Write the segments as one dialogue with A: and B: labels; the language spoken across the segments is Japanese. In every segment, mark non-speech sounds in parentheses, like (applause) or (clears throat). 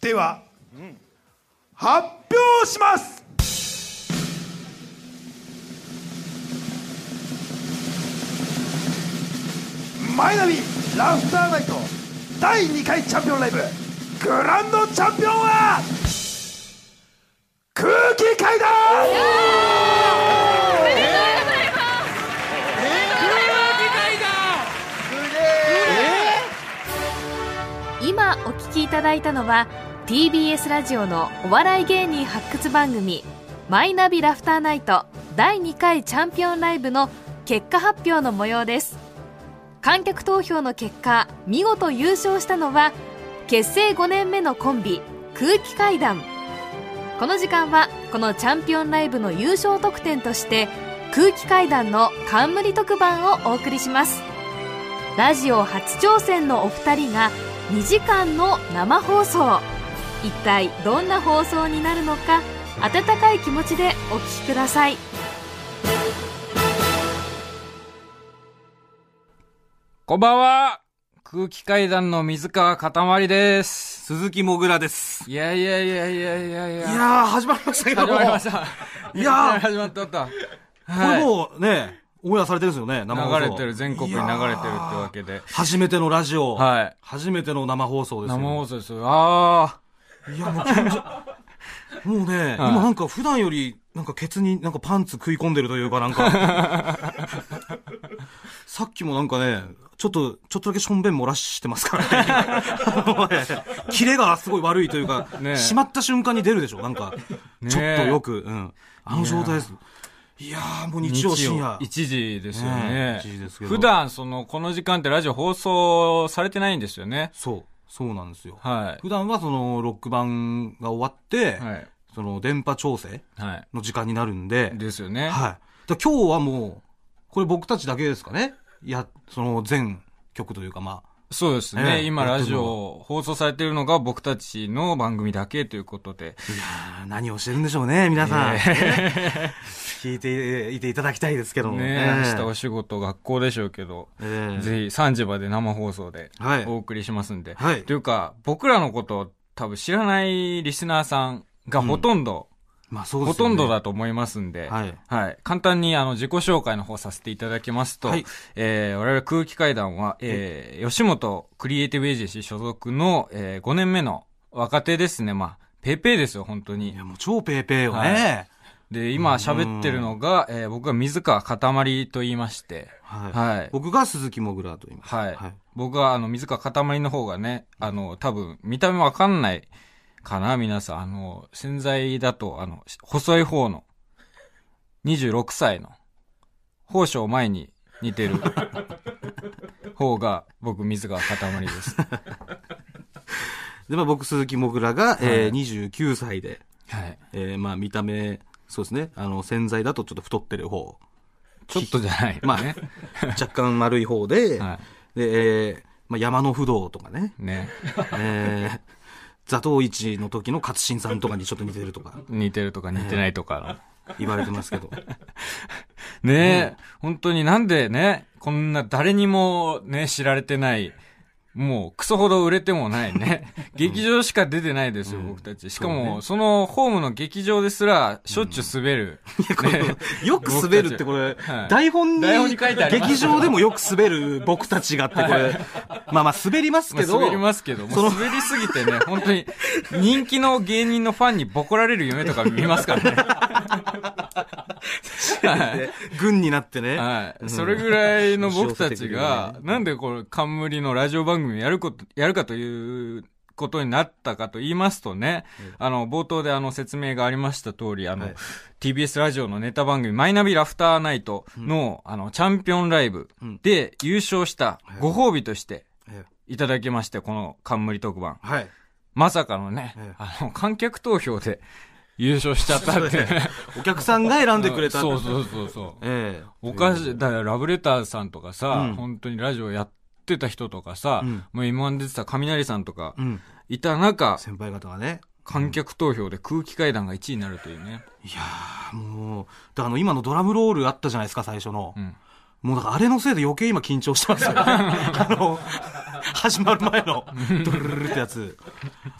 A: では、発表しますマイナビラフターナイト第2回チャンピオンライブグランドチャンピオンは空気階段
B: 今お聞きいただいたのは TBS ラジオのお笑い芸人発掘番組「マイナビラフターナイト第2回チャンピオンライブ」の結果発表の模様です観客投票の結果見事優勝したのは結成5年目のコンビ空気階段この時間はこのチャンピオンライブの優勝特典として空気階段の冠特番をお送りしますラジオ初挑戦のお二人が2時間の生放送一体どんな放送になるのか温かい気持ちでお聞きください
C: こんばんは空気階段の水川かたまりです。
D: 鈴木もぐらです。
C: いやいやいやいやいやい
D: い
C: や。
D: やー、始まりましたけど
C: 始
D: も。
C: まりました。
D: いやー
C: 始まったった。
D: これ
C: は
D: もうね、オンエアされてるんですよね、生放送。
C: い。流れてる、全国に流れてるってわけ
D: い
C: で
D: やー。。初めてのラジオ。
C: はい。
D: 初めての生放送ですよ。
C: 生放送ですよ。あ
D: いや、もう緊張。もうね、今なんか普段より、なんかケツになんかパンツ食い込んでるというかなんか。
C: (laughs)
D: さっきもなんかね、ちょっと、ちょっとだけしょんべん漏らしてますからね。あのね (laughs) キレがすごい悪いというか、
C: ねえ
D: しまった瞬間に出るでしょ、なんか。
C: ねえ
D: ちょっとよく、うん。あの状態です。いやー、もう
C: ー
D: 日曜深夜。
C: 1時ですよ
D: ね
C: ね
D: え1時です。けど
C: 普段、その、この時間ってラジオ放送されてないんですよね。
D: そう、そうなんですよ。
C: はい。
D: 普段はその、ロック版が終わって、
C: はい。
D: その、電波調整
C: は
D: の時間になるんで
C: い。、ですよね。
D: はい。だ今日はもう、これ僕たちだけですかねいや、その全曲というかまあ、
C: そうです
D: ね
C: ね。
D: え
C: 今、ラジオ放送されてるのが僕たちの番組だけということで。
D: いやー何をしてるんでしょうね、皆さん。ね聞いていていただきたいですけども。
C: ね
D: え
C: 明日お仕事、学校でしょうけど、
D: ええ
C: ぜひ3時まで生放送で
D: はい
C: お送りしますんで。
D: はい
C: というか、僕らのことを多分知らないリスナーさんがほとんど、
D: まあそう
C: ほ
D: ですよ
C: と
D: ね
C: んどだと思いますんで、
D: はい
C: 簡単にあの自己紹介の方させていただきますと、
D: はい
C: えー我々空気階段は、えー吉本クリエイティブエージェンシー所属の、え5年目の若手ですね。まあ、ペーペーですよ、本当に
D: い。や、もう超ペーペーよね。
C: で、今喋ってるのが、えー僕は水川かたまりと言いまして、
D: はい
C: はい。
D: 僕が鈴木もぐらと言います。
C: はい。僕は、あの、水川かたまりの方がね、あの、多分、見た目わかんないかな、皆さん。あの、洗剤だと、あの、細い方の、26歳の、宝生前に似てる方が、僕、水川かたまり (laughs) です。
D: で、まあ僕鈴木もぐらが、えー、29歳で、
C: はい。
D: えー、まあ見た目、そうですね、あの、洗剤だとちょっと太ってる方。
C: (laughs) ちょっとじゃない、ね。
D: まあ、 (laughs) 若干丸い方で、
C: は
D: で、えーまあ、山の不動とかね、
C: い。ね。
D: えー、 (laughs) 座頭市の時の勝新さんとかにちょっと似てるとか
C: 似てるとか似てないとかの。
D: 言われ
C: (laughs)
D: てますけど。
C: ねえ、本当になんでね、こんな誰にもね、知られてない、もうクソほど売れてもない (laughs) ね。劇場しか出てないですよ、僕たち。しかも、そ,、のホームの劇場ですら、しょっちゅう滑る。ね
D: よく滑るってこれ、
C: はい
D: 台本に、
C: 台本に書いてあります
D: 劇場でもよく滑る僕たちがってこれ、まあまあ滑ります
C: まあ
D: けど、
C: 滑りますけど、も
D: そうの
C: 滑りすぎてね、本当に、人気の芸人のファンにボコられる夢とか見ます (laughs) からね。はい
D: で (laughs) 軍になってね、
C: はい。
D: ん
C: それぐらいの僕た
D: (laughs)
C: ちが、なんでこれ、冠のラジオ番組をやること、やるかという、ことになったかと言いますとね、あの、冒頭であの説明がありました通り、あの、
D: はい
C: TBS ラジオのネタ番組、マイナビラフターナイトの、あの、チャンピオンライブで優勝したご褒美として
D: え
C: いただきまして、この冠特番。
D: ーはい。
C: まさかのね
D: ええ、
C: あの、観客投票で優勝しちゃったっていうね。
D: (laughs) お客さんが選んでくれた。
C: (laughs) そうそうそうそう。
D: えー
C: おかしい、だからラブレターさんとかさ、
D: うん
C: 本当にラジオやってた人とかさ、
D: うん
C: もう今まで出てた雷さんとか
D: うん。
C: いた中、
D: 先輩方がね、
C: 観客投票で空気階段が1位になるというね。
D: いやー、もう、だからあの今のドラムロールあったじゃないですか、最初の。
C: うん (laughs)
D: もうだからあれのせいで余計今緊張してますよ。あの、始まる前の、ドルルルルってやつ。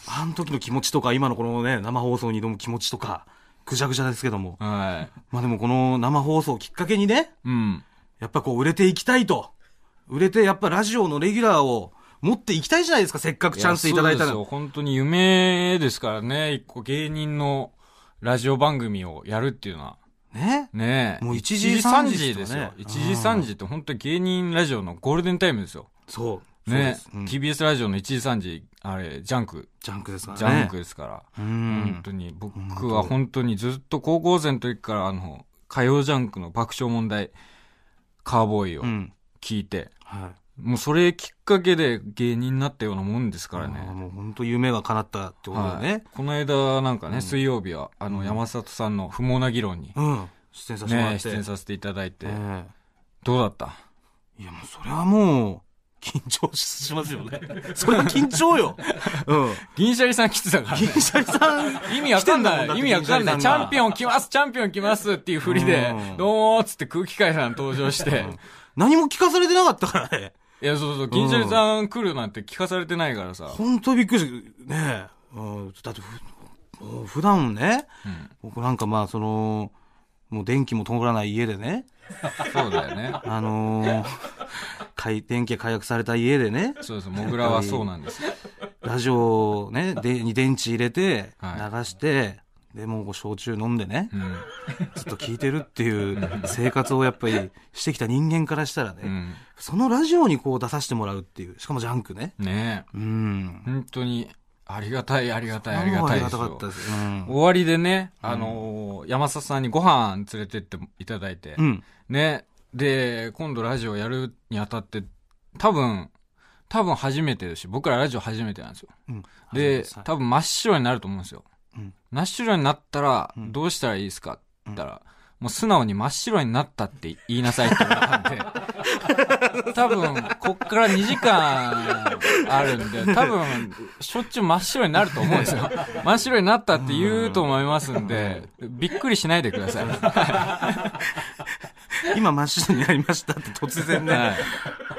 D: あの時の気持ちとか、今のこのね、生放送に挑む気持ちとか、ぐちゃぐちゃですけども。
C: は
D: まあでもこの生放送をきっかけにね、
C: い。うん。
D: やっぱこう売れていきたいと。売れてやっぱラジオのレギュラーを持っていきたいじゃないですか、せっかく (laughs) チャンスいただいた
C: や
D: ら
C: そうですよ。。本当に夢ですからね。一個芸人のラジオ番組をやるっていうのは。
D: ね
C: ねえ。
D: もう
C: 1
D: 1
C: 時
D: 時
C: 3
D: 3
C: 時
D: 時
C: で
D: ですす
C: よ
D: よ。
C: 1時3時って本当に芸人ラジオのゴールデンタイムですよ。
D: そう。そうで
C: ね
D: す。うんジ
C: TBS ラジオの1時3時、あれ、ジャンク、
D: ャンクですからね。
C: ジャンク。ですから。
D: う
C: 本
D: ん。
C: 当に、僕は本当にずっと高校生の時から、あの、火曜ジャンクの爆笑問題、カーボーイを
D: うん。
C: 聞いて、
D: はい。
C: もうそれきっかけで芸人になったようなもんですからね
D: あー。もう本当夢が叶ったってことだよ
C: はい
D: ね。
C: この間なんかね、
D: うん
C: 水曜日は、あの、山里さんの不毛な議論に、
D: うん。出演させてもら
C: ね、
D: って。
C: 出演させていただいて、
D: え
C: どうだった
D: えいや、もうそれはもう、緊張しします
C: (laughs)
D: よね。それは緊張よ。うん。
C: 銀シャリさん来てたからね。
D: 銀シャリさん、
C: 意味わかんな
D: (laughs) 来てんだもんだっ
C: い。
D: て
C: 意味わかんない。
D: 銀
C: チ
D: シャリさんが
C: ャンピオン来ます、チャンピオン来ますっていう振りで
D: う、ん
C: どうもーっつって空気階段登場して、
D: 何も聞かされてなかったからね。
C: いや、そうそう、銀シャリさん来るなんて聞かされてないからさ。
D: 本当びっくりした。ねえ。うんだってふ、もう普段ね、僕なんかまあ、その、もう電気も通らない家でね、
C: そうだよね。
D: あ
C: (laughs)
D: のー、回電気が解約された家でね、
C: そうそう、モグラはそうなんですよ。
D: ラジオをね、でに電池入れて、
C: はい
D: 流して、で、もう焼酎飲んでね
C: う、ん。
D: ずっと聞いてるっていう生活をやっぱりしてきた人間からしたらね、
C: うん。
D: そのラジオにこう出させてもらうっていう、しかもジャンクね。
C: ねえ。
D: うん。
C: 本当に、ありがたい、ありがたい、ありがたいです
D: ありがたか
C: よ
D: った。です。うん
C: 終わりでね、あのー山里さんにご飯連れてっていただいて、
D: うん。
C: ね、で、今度ラジオやるにあたって、多分、多分初めてですし、僕らラジオ初めてなんですよ。
D: うん
C: で
D: はい、
C: 多分真っ白になると思うんですよ。
D: うん
C: 真っ白になったら、
D: うん
C: どうしたらいいですかって言ったら、もう素直に真っ白になったって言いなさいって言われたん
D: (laughs)
C: で、多分、こっから2時間あるんで、多分、しょっちゅう真っ白になると思うんです
D: (laughs)
C: よ。真っ白になったって言うと思いますんで、びっくりしないでください。
D: 今真っ白になりましたって突然ね、
C: はい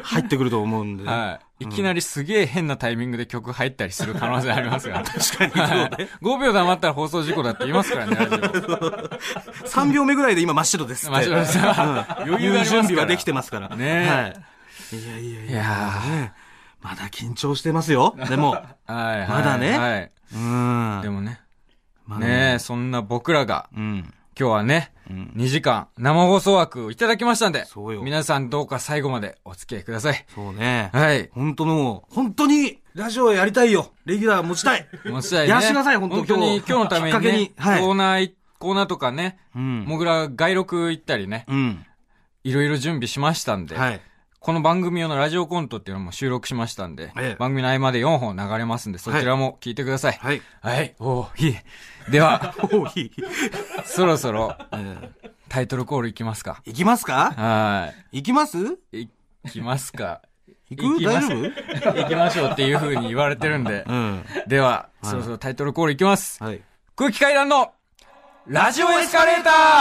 D: 入ってくると思うんで、
C: はい。いきなりすげえ変なタイミングで曲入ったりする可能性ありますから。
D: 確かに、
C: はい、5秒黙ったら放送事故だって言いますからね、ラジオ。
D: 3秒目ぐらいで今真っ白ですって。
C: 真っ白です
D: うん
C: 余裕がありますから
D: 準備はできてますから。
C: ねえ
D: はい。いやいやい
C: い
D: や。
C: や
D: ねまだ緊張してますよ。でも。
C: ー。はい、はい。
D: まだね
C: はい。
D: うん。
C: でもね。
D: まだ
C: ねえ、そんな僕らが、
D: うん。
C: 今日はね、
D: うん
C: 2時間生放送枠をいただきましたんで、
D: そうよ
C: 皆さんどうか最後までお付き合いください。
D: そうね。
C: はい。
D: 本当の、本当に、ラジオやりたいよ。レギュラー持ちたい。
C: もしね、
D: やらしてください本当
C: に今
D: 今日
C: 日のため
D: きっ
C: に
D: かけ
C: ね、
D: にはい
C: コーナー、コーナーとかね、
D: うん
C: もぐら外録行ったりね、
D: うん。
C: いろいろ準備しましたんで、
D: はい。
C: この番組用のラジオコントっていうのも収録しましたんで、
D: ええ
C: 番組の合間で4本流れますんで、そちらも聞いてください。はい。
D: はい。
C: おーいい。では、
D: おういい。
C: そろそろ
D: え
C: タイトルコールいきますか。
D: ーいきますか
C: はい
D: きます
C: い。いきますか。
D: い
C: 行
D: く
C: きま
D: 大
C: す
D: 丈夫
C: いきましょうっていう風に言われてるんで
D: う。ん。
C: では、そろそろタイトルコールいきます。
D: はい。
C: 空気階段のラジオエスカレータ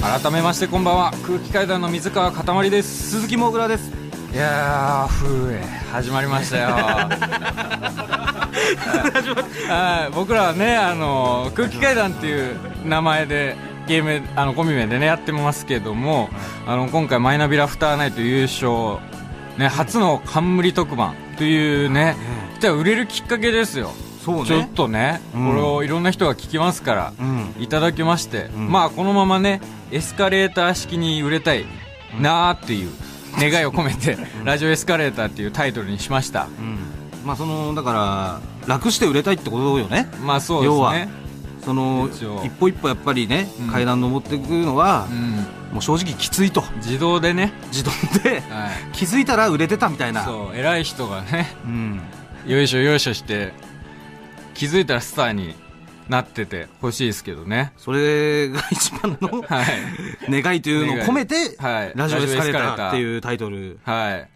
C: ー改めましてこんばんは空気階段の水川かたまりです
D: 鈴木もぐらです。
C: いやーふえ始まりましたよはい僕らはねあの空気階段っていう名前でゲームあのコンビ名でねやってますけども、あの今回「マイナビラフターナイト」優勝、ね、初の冠特番というねじゃあ売れるきっかけですよ
D: そうね。
C: ちょっとね、
D: うん
C: これをいろんな人が聞きますから、
D: うん。
C: いただきまして、
D: ん
C: まあこのままねエスカレーター式に売れたいなーっていう願いを込めて「 (laughs) ラジオエスカレーター」っていうタイトルにしました
D: まあそのだから楽して売れたいってことよね
C: まあそうです
D: 要は
C: ね
D: その
C: 一応
D: 一歩一歩やっぱりね、
C: うん
D: 階段登っていくのは
C: う、ん
D: もう正直きついと
C: 自動でね、
D: 自動で
C: (laughs) は
D: 気づいたら売れてたみたい
C: い、
D: な
C: そう偉い人がね
D: うん、
C: よいしょよいしょして気づいたらスターになっててほしいですけどね
D: それが一番の
C: (laughs) はい、
D: 願いというのを込めて、
C: はい
D: ラジオエスカレーターって
C: う
D: いうタイトル
C: はい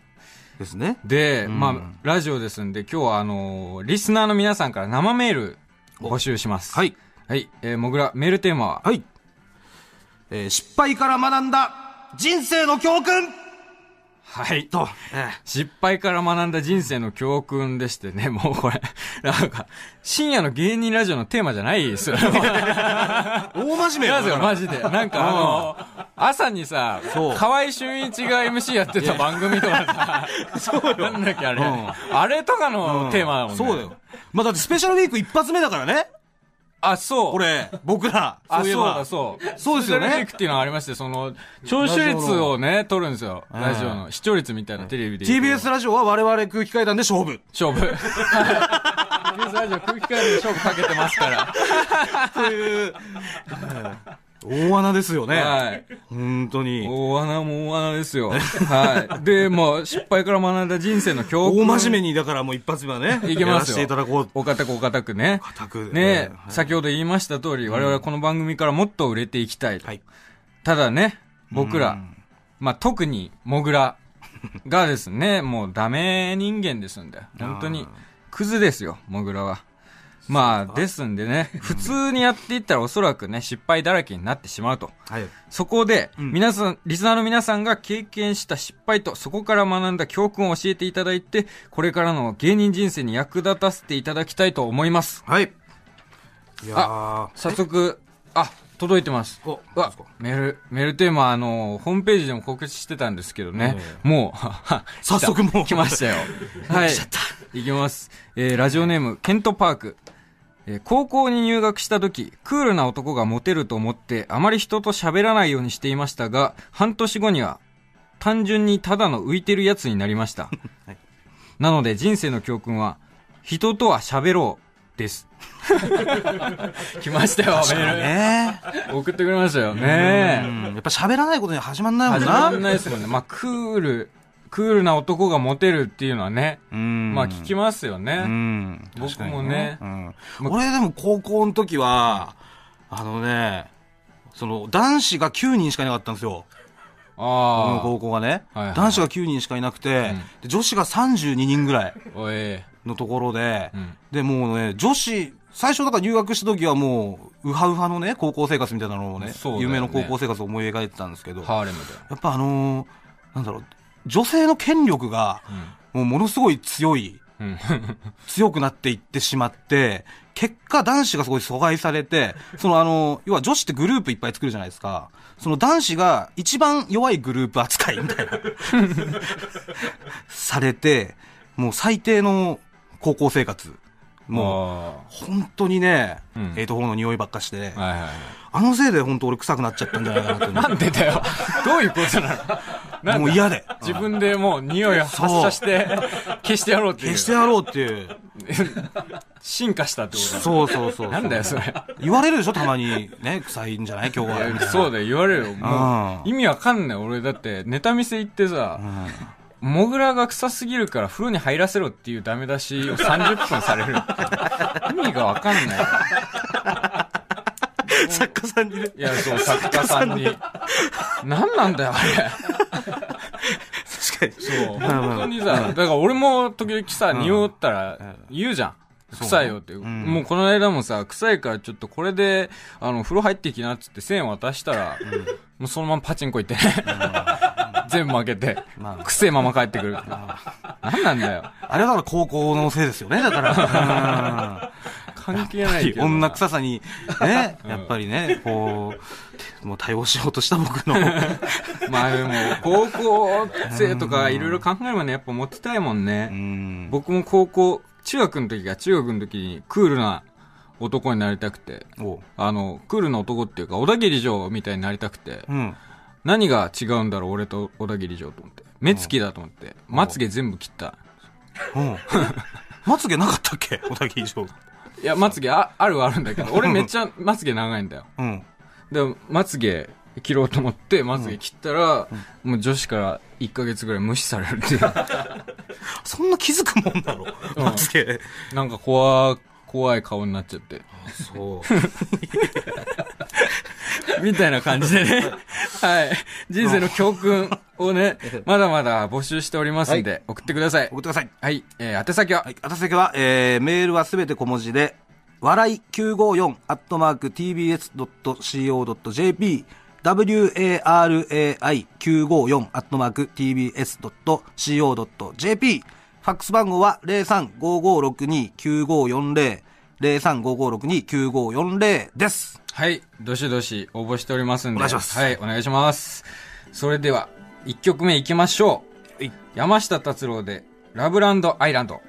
D: ですね。
C: で、
D: うん
C: まあ、ラジオですんで、今日はあのーリスナーの皆さんから生メール募集します。
D: はい。
C: はい。えー、もぐら、メールテーマは、
D: はい。えー失敗から学んだ人生の教訓
C: はい。
D: と、え
C: 失敗から学んだ人生の教訓でしてね、 (laughs) もうこれ、なんか、深夜の芸人ラジオのテーマじゃない
D: (laughs)
C: ですよ。
D: ー大真面目
C: なぜ
D: よ
C: (laughs) マジで。なんかあの、朝にさ
D: そう、
C: 河合俊一が MC やってた番組とか
D: (laughs)
C: さ、そうなんだっけあれ、
D: う
C: あれとか
D: う
C: の
D: ん
C: テーマだもんね。
D: そうだよ。。まあ、だってスペシャルウィーク一発目だからね。
C: あ、そう。
D: これ、僕ら。
C: あ、
D: いえ
C: そう
D: ば
C: だ、そう。
D: そうです
C: スペシャ
D: よね
C: ルウィークっていうのはありまして、その、聴取率をね、取るんですよ。ラジオの。視聴率みたいなテレビで言うと。
D: TBS ラジオは我々空気階段で勝負。
C: 勝負。TBS ラジオ空気階段で勝負かけてますから。
D: (laughs) 大穴ですよね。
C: はい。
D: 本当に。
C: 大穴も大穴ですよ。はい。で、まあ、失敗から学んだ人生の教
D: 大
C: 訓。
D: 真面目に、だからもう一発目はね。
C: いけますよ。
D: やらせていただこう。
C: お堅くお堅くね。
D: 固く。
C: ね、
D: はい
C: 先ほど言いました通り、我々はこの番組からもっと売れていきたいと。
D: はい。
C: ただね、僕ら、
D: うん
C: まあ、特に、モグラがです
D: (laughs)
C: ね、もうダメ人間ですんで、本当
D: あ
C: に
D: ー、
C: クズですよ、モグラは。まあ、ですんでね、普通にやっていったらおそらくね、失敗だらけになってしまうと。
D: はい。
C: そこで、
D: うん
C: 皆さん、リスナーの皆さんが経験した失敗と、そこから学んだ教訓を教えていただいて、これからの芸人人生に役立たせていただきたいと思います。
D: はい。いやー。
C: 早速、あ、届いてます。
D: お
C: うわ、メール、メールテーマ、あの、ホームページでも告知してたんですけどね、もう、 (laughs)
D: 早速もう
C: 来ました
D: (laughs)
C: よ。はい。いきます。えーラジオネーム、ケントパーク。えー高校に入学した時、クールな男がモテると思って、あまり人と喋らないようにしていましたが、半年後には、単純にただの浮いてるやつになりました。
D: はい
C: なので人生の教訓は、人とは喋ろう、です。 (laughs) 来ましたよ、メール。
D: ね
C: 送ってくれましたよ
D: え。う
C: ね。
D: んやっぱ喋らないことには始まんないもん
C: 始ま
D: な。
C: んないですもんね。まあ、クール、クールな男がモテるっていうのはね、
D: うん
C: まあ聞きますよ
D: う
C: ね。
D: ん。
C: 僕
D: 確かに
C: もね
D: うん
C: ま
D: 俺でも高校の時は、あのね、その男子が9人しかいなかったんですよ。僕の
C: あ
D: 高校がね。
C: はいはい
D: 男子が9人しかいなくて、で女子が32人ぐらい
C: あ、おい、
D: のところで、
C: うん
D: で、もうね、女子、最初だから入学した時はもう、ウハウハのね、高校生活みたいなのをね、
C: そうだよね
D: 夢の高校生活を思い描いてたんですけど、
C: ハーレムだよ。
D: やっぱあのーなんだろう、女性の権力が、もうものすごい強い、
C: うん。
D: 強くなっていってしまって、結果男子がすごい阻害されて、そのあの、要は女子ってグループいっぱい作るじゃないですか。その男子が一番弱いグループ扱いみたいな、 (laughs) されて、もう最低の高校生活。も
C: (laughs) も
D: う、本当にね、
C: うん
D: ヘイト法の匂いばっかして、
C: う、はいはいはい。
D: あのせいで本当俺臭くなっちゃったんじゃないかなと思
C: (laughs) なんでだよ。どういうこと (laughs) なのなん
D: う。
C: だ
D: もう嫌で。
C: 自分でもう匂いを発射して、消してやろうっていう。
D: 消してやろうっていう。
C: (laughs) 進化したってことだ
D: そうそうそう。
C: なんだよ、それ。
D: 言われるでしょたまに。ね、臭いんじゃない今日は。みたいな
C: そうだよ、言われるよ。も
D: あ
C: う、
D: ー
C: 意味わかんない。俺、だって、ネタ見せ行ってさ、モグラが臭すぎるから風呂に入らせろっていうダメ出しを30分される。 (laughs) 意味がわかんない。
D: 作家さんにね。
C: いや、そう、作家さんに。何なんだよ、あれ。
D: 確かに。
C: (laughs) そう。本当にさ、だから俺も時々さ、匂ったら言うじゃん。臭いよって、
D: ん
C: もうこの間もさ、臭いからちょっとこれで、あの、風呂入ってきなっつって1000円渡したら、もうそのままパチンコ行ってね。 (laughs) 全部負けて、
D: まあ
C: くせえまま帰ってくる。何なんだよ。
D: あれはだから高校のせいですよね、だ
C: (laughs)
D: から。
C: 関係ないけどな。
D: 女臭さに、ね、
C: (laughs)
D: やっぱりね、こう、もう対応しようとした僕の。
C: (laughs) まあでも、高校生とかいろいろ考えるもね、やっぱモテたいもんね。
D: うん
C: 僕も高校、中学の時が中学の時にクールな男になりたくて、
D: お
C: あの、クールな男っていうか、小田切城みたいになりたくて、
D: うん。
C: 何が違うんだろう、俺と小田切城と思って。目つきだと思って、まつげ全部切った。
D: うん。 (laughs) まつげなかったっけ小田切城。
C: いや、まつげあ、あるはあるんだけど、俺めっちゃまつげ長いんだよ。
D: うん。
C: で、まつげ切ろうと思って、まつげ切ったら、もう女子から1ヶ月ぐらい無視されるって
D: (laughs)
C: いう。
D: そんな気づくもんだろ
C: うん
D: まつげ。
C: なんか怖、怖い顔になっちゃって。
D: そう。 (laughs)
C: みたいな感じでね。はい。人生の教訓。をね、まだまだ募集しておりますんで、送ってください
D: 送っ。てください。
C: はい、えー、宛先は、
D: はい、宛先は、えー、メールはすべて小文字で、笑い954アットマーク tbs.co.jp、warai954アットマーク tbs.co.jp、ファックス番号は0355629540、0355629540です。
C: はい、どしどし応募しておりますんで。
D: お願いします
C: はい、お願いします。それでは、1曲目いきましょう
D: はい。。
C: 山下達郎で、ラブランドアイランド。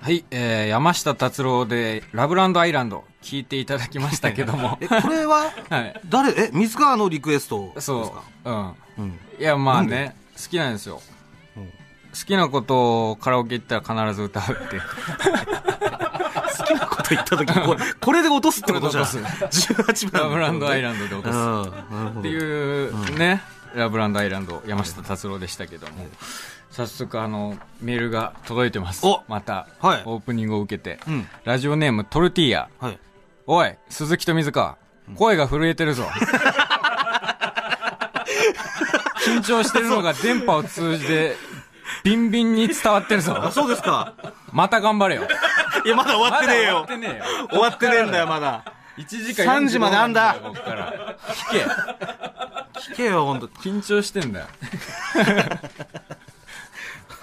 C: はい、えー、山下達郎で、ラブランドアイランド、聞いていただきましたけども
D: (laughs)
C: (laughs)
D: え、これは、
C: はい。
D: 誰、え、水川のリクエストですか
C: そう。うん。
D: う。うん。
C: いや、まあ
D: な
C: ね、好きなんですよ。
D: うん
C: 好きなことをカラオケ行ったら必ず歌う
D: (laughs)
C: っていう。
D: 好きなこと言った時にこれ、これで落とすってこ
C: (laughs)
D: とじゃん。
C: これで
D: 18番。
C: ラブランドアイランドで落とす。
D: うん。
C: って
D: う。
C: いうね、ラブランドアイランド山下達郎でしたけども、早速あのメールが届いてます
D: お
C: また、
D: はい
C: オープニングを受けて、
D: うん。
C: ラジオネームトルティーヤ
D: はい。
C: おい鈴木と水川声が震えてるぞ緊張してるのが電波を通じてビンビンに伝わってるぞ
D: あ、そうですか。
C: また頑張れよ
D: いや、まだ終わってねえよ
C: まだ終わっ。てねえよ
D: 終わってねえんだよ、まだ。
C: 1時間
D: 3時まであんだ
C: こっから聞
D: 聞けよ、ほんと。
C: け緊張してんだ
D: (laughs)
C: よ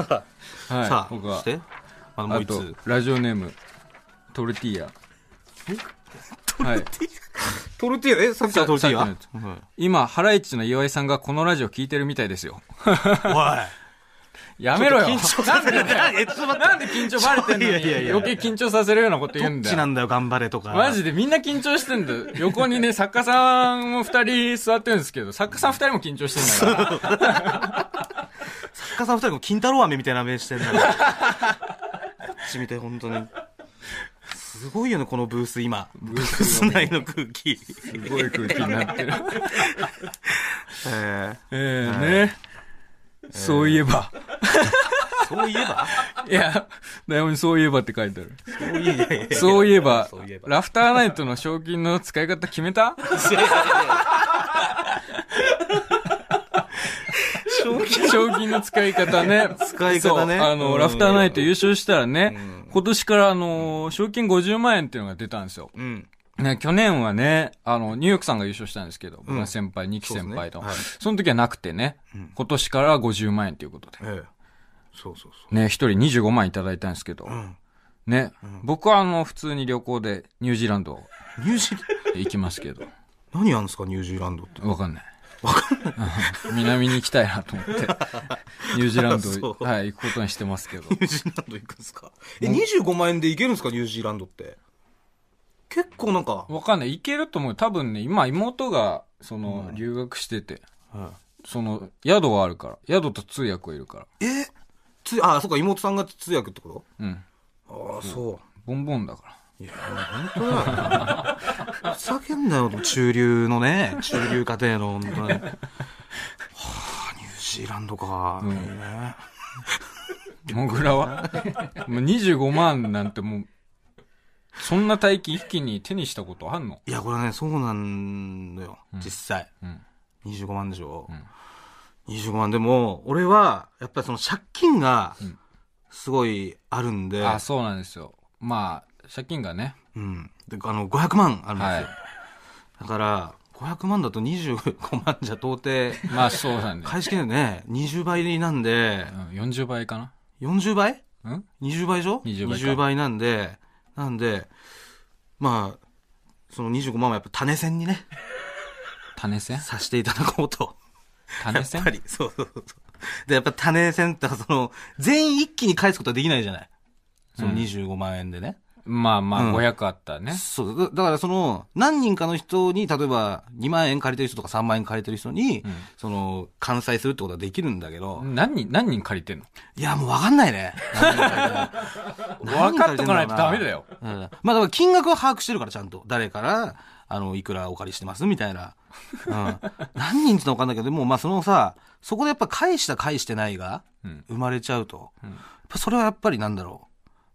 C: はい
D: さあ、
C: 僕は
D: して。あの、もう
C: あ
D: 一
C: と
D: つ。、
C: ラジオネーム、トルティーヤ。はい。
D: トルティーヤ、え、さっきのトルティーヤ
C: さっき今、ハライチの岩井さんがこのラジオ聞いてるみたいですよ。 (laughs)
D: はい
C: やめろよ
D: おい。緊張させるな。え、ちょっと待って。
C: なんで緊張バレてんの
D: いやいやい
C: に
D: や
C: 余計緊張させるようなこと
D: ど
C: 言うん
D: っ
C: だ
D: ちな
C: よ。
D: んだよ、頑張れとか。
C: マジでみんな緊張してんだよ。横にね、作家さんも二人座ってるんですけど、作家さん二人も緊張してんだから。
D: 作家さん二人も金太郎飴みたいな目してんだから。こっち見て、ほんとに。すごいよね、このブース今。ブース内の空気。
C: すごい空気になってる。
D: (laughs) え
C: ええね。そういえば。
D: ーそういえば
C: いや、台本にそういえばって書いてある。
D: そういえば。
C: そういえば
D: そういえ、ば
C: ラフターナイトの賞金の使い方決めた賞金の使い方ね。
D: 使い方ね
C: そうあの、
D: うん
C: ラフターナイト優勝したらね、今年からあの、賞金50万円っていうのが出たんですよ。
D: うん。
C: ね、去年はね、あの、ニューヨークさんが優勝したんですけど、僕の先輩、二期先輩と。
D: そ
C: そう
D: ですね
C: の時はなくてね、
D: ん
C: 今年から50万円ということで。
D: ええ。そうそうそ
C: ね、一人25万いただいたんですけど、
D: う。うん。
C: ね、僕はあの、普通に旅行でニュージーランド
D: ニュージー、
C: 行きますけど。 (laughs)
D: 何やるんですか、ニュージーランドって。 (laughs)
C: わかんない。わかんない。南に行きたいなと思 (laughs) って、ニュージーランド
D: そ、う
C: はい、行くことにしてますけど。
D: ニュージーランド行くんですかえ、25万円で行けるんですか、ニュージーランドって。結構なんか、
C: わかんない。行けると思う。多分ね、今妹が、その、留学してて、その、宿はあるから。宿と通訳はいるから。
D: えつあ、そっか、妹さんが通訳ってこ
C: うん。
D: とああ、そ
C: ボンボンだから。
D: う。いや、本当だよ (laughs) ね。ふざけんなよ、中流のね、中流家庭の、本当に。はあ、ニュージーランドか。いいね
C: モグラはもう25万なんてもう、そんな大金一気に手にしたことあんの
D: いや、これね、そうなんだよ、実際。
C: うん。
D: 25万でしょ、
C: ん
D: う25万でも俺はやっぱりその借金が
C: うん
D: すごいあるんで,、
C: あ、そうなんですよ。まあ、借金がね。
D: うん、であの500万あるんですよ、
C: はい
D: だから500万だと25万じゃ到
C: (laughs)
D: 底
C: まあ、そうなんで。
D: 返しきれないね20倍なんで
C: うん、40倍かな
D: 40倍
C: うん
D: ?20 倍でしょ
C: 20倍か
D: なんでなんでまあその25万はやっぱ種銭
C: (laughs)
D: にね
C: 種銭
D: させていただこうと。
C: 種銭
D: やっぱり、そうそうそう。で、やっぱ種銭ってその、全員一気に返すことはできないじゃない。その
C: うん
D: 25万円でね。
C: まあまあ、
D: うん
C: 500あったらね。
D: そうだ。だからその、何人かの人に、例えば2万円借りてる人とか3万円借りてる人に、
C: うん
D: その、完済するってことはできるんだけど、
C: 何人、何人借りてんの
D: いや、もうわかんな
C: (laughs)
D: いね。
C: 分かっとかないとダメだよ。
D: うん。まあ、だから金額は把握してるから、ちゃんと。誰から、あの、いくらお借りしてますみたいな。
C: (laughs)
D: うん。何人ってのかわかんないけど、でも、まあ、そのさ、そこでやっぱ返した返してないが、
C: うん。
D: 生まれちゃうと、
C: ん
D: やっぱそれはやっぱりなんだろう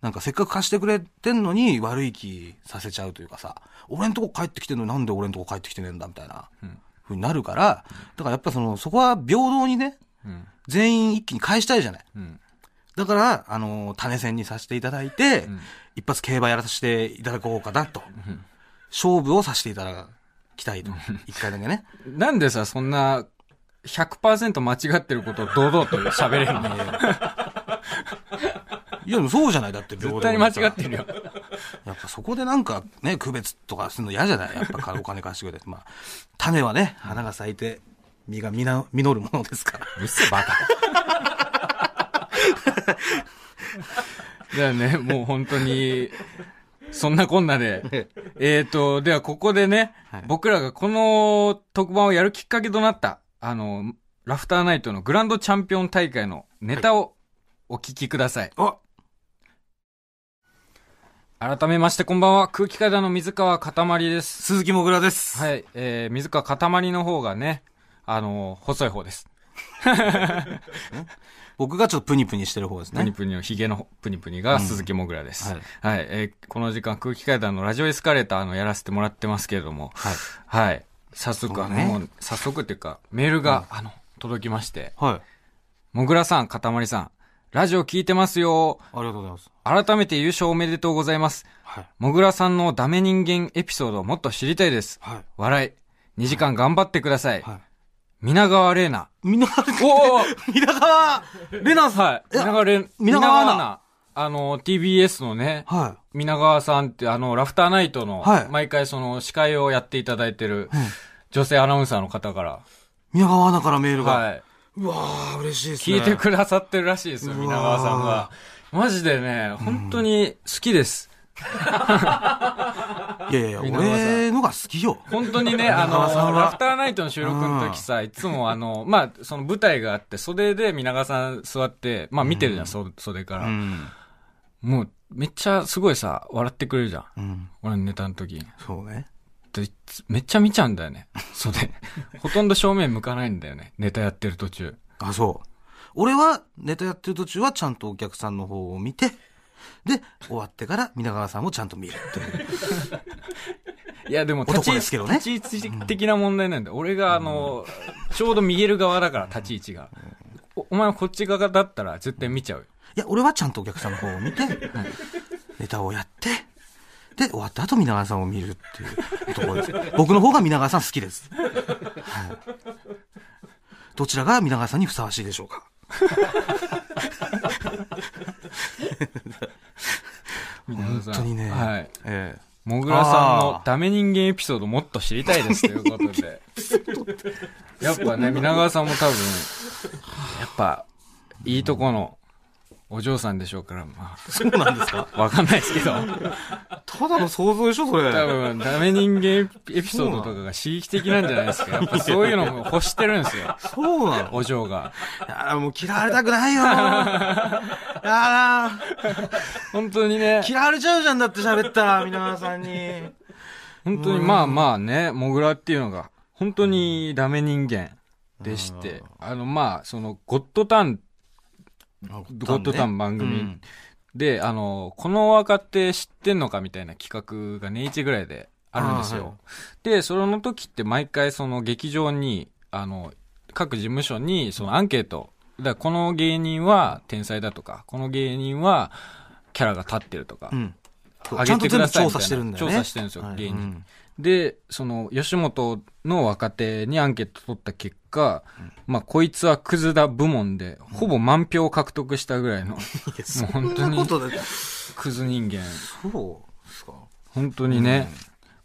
D: なんかせっかく貸してくれてんのに悪い気させちゃうというかさ、俺んとこ帰ってきてんのになんで俺んとこ帰ってきてねえんだみたいな、ふうになるから、だからやっぱその、そこは平等にね、
C: うん。
D: 全員一気に返したいじゃない。
C: うん。
D: だから、あのー種銭にさせていただいて、一発競馬やらせていただこうかなと。勝負をさせていただきたいと。一回だけね。
C: なんでさ、そんな、100%間違ってることを堂々と喋れるの
D: いや、でもそうじゃないだっ
C: (laughs)
D: て、
C: 絶対に間違っ
D: る。
C: てるよ。
D: やっぱそこでなんかね、区別とかするの嫌じゃないやっぱかお金貸してくれて。まあ、種はね、花が咲いて、実がみな、実るものですから。
C: うっせ、
D: (laughs)
C: バカ。だよね、もう本当に、そんなこんなで。えっと、ではここでね、
D: はい
C: 僕らがこの特番をやるきっかけとなった、あの、ラフターナイトのグランドチャンピオン大会のネタをお聞きください。
D: あ
C: 改めましてこんばんは、空気階段の水川かたまりです。
D: 鈴木もぐらです。
C: はい、えー、水川かたまりの方がね、あの、細い方です。
D: 僕がちょっとプニプニしてる方です
C: プニ
D: ね。
C: プニのヒゲのプニプニが鈴木もぐらです。
D: うん
C: はい、えーこの時間空気階段のラジオエスカレーターのやらせてもらってますけれども、
D: はい。
C: はい。早速、あの、
D: そうね
C: もう早速っていうか、メールが、あの、届きまして、
D: はい。
C: もぐらさん、かたまりさん、ラジオ聞いてますよ。
D: ありがとうございます。
C: 改めて優勝おめでとうございます。
D: はい。
C: もぐらさんのダメ人間エピソードをもっと知りたいです。
D: はい。
C: 笑い。2時間頑張ってください。
D: はい。
C: 皆川玲奈。
D: みんな、
C: おお
D: (laughs) 皆川レナさん。
C: はい。皆川れん、
D: 皆川アナ
C: あの、TBS のね、
D: は
C: 皆川さんって、あの、ラフターナイトの、
D: はい
C: 毎回その、司会をやっていただいてる、女性アナウンサーの方から、
D: い。宮川アナからメールが。
C: はい。
D: うわー、嬉しいですね。
C: 聞いてくださってるらしいですよ、
D: うわー
C: 皆川さんが。マジでね、本当に好きです。
D: いやいや、
C: 皆川さん
D: 俺のが好きよ。
C: 本当にね、
D: 皆
C: あ
D: (laughs) 川さん
C: の、
D: は
C: ラフターナイトの収録の時さ、いつもあの、まあ、その舞台があって、袖で皆川さん座って、まあ見てるじゃん、そ袖か
D: う
C: ら。
D: ん。
C: もう、めっちゃすごいさ、笑ってくれるじゃん。
D: うん。
C: 俺のネタの時。
D: そうね。
C: でいつめっちゃ見ちゃうんだよね。それ。 (laughs) ほとんど正面向かないんだよね。ネタやってる途中。
D: あ、そう。俺は、ネタやってる途中はちゃんとお客さんの方を見て、で、終わってから皆川さんをちゃんと見るっていう。
C: いや、でも
D: 男ですけどね
C: 立ち位置的な問題なんだよ。俺が、あの、ちょうど見える側だから、立ち位置が。おお前はこっち側だったら絶対見ちゃうよ。
D: いや、俺はちゃんとお客さんの方を見て、ネタをやって、で、終わった後皆川さんを見るっていうところです。僕の方が皆川さん好きです。はい、どちらが皆川さんにふさわしいでしょうか
C: 本
D: 本当にね。
C: はい。
D: ええ
C: もぐらさん
D: あ
C: の
D: ー
C: ダメ人間エピソードもっと知りたいですということで。やっぱね、皆川さんも多分、やっぱ、いいとこのお嬢さんでしょうから、ま
D: そうなんですか
C: あ、わかんないですけど。
D: ただの想像でしょ、それ。
C: 多分、ダメ人間エピソードとかが刺激的なんじゃないですか。やっぱそういうのも欲してるんですよ。
D: そうなの
C: お嬢が。
D: ああ、もう嫌われたくないよ。ああ、
C: 本当にね、
D: 嫌われちゃうじゃんだって喋ったら、皆川さんに。
C: 本当にまあまあね、モグラっていうのが、本当にダメ人間でして、あのまあ、その、ゴッドタン、
D: ゴ
C: ゴッドタン番組で、あの、この若手知ってんのかみたいな企画が年一ぐらいであるんですよ。
D: あーは
C: で、その時って毎回その劇場に、あの、各事務所にそのアンケート、だからこの芸人は天才だとか、この芸人はキャラが立ってるとか
D: う、ん。
C: あ
D: ちゃ
C: げ
D: んと
C: て
D: 全
C: く
D: 部
C: ださい
D: 調
C: みたいな
D: 査してるんだよね。
C: 調査してるんですよ
D: はい
C: 芸人
D: うん
C: で、その、吉本の若手にアンケート取った結果、まあ、こいつはクズだ部門で、ほぼ満票を獲得したぐらいの、も (laughs)
D: いや
C: う
D: そ
C: 本
D: ん
C: 当
D: なこ
C: に
D: とで。
C: クズ人間。
D: そうですか。
C: 本当にね。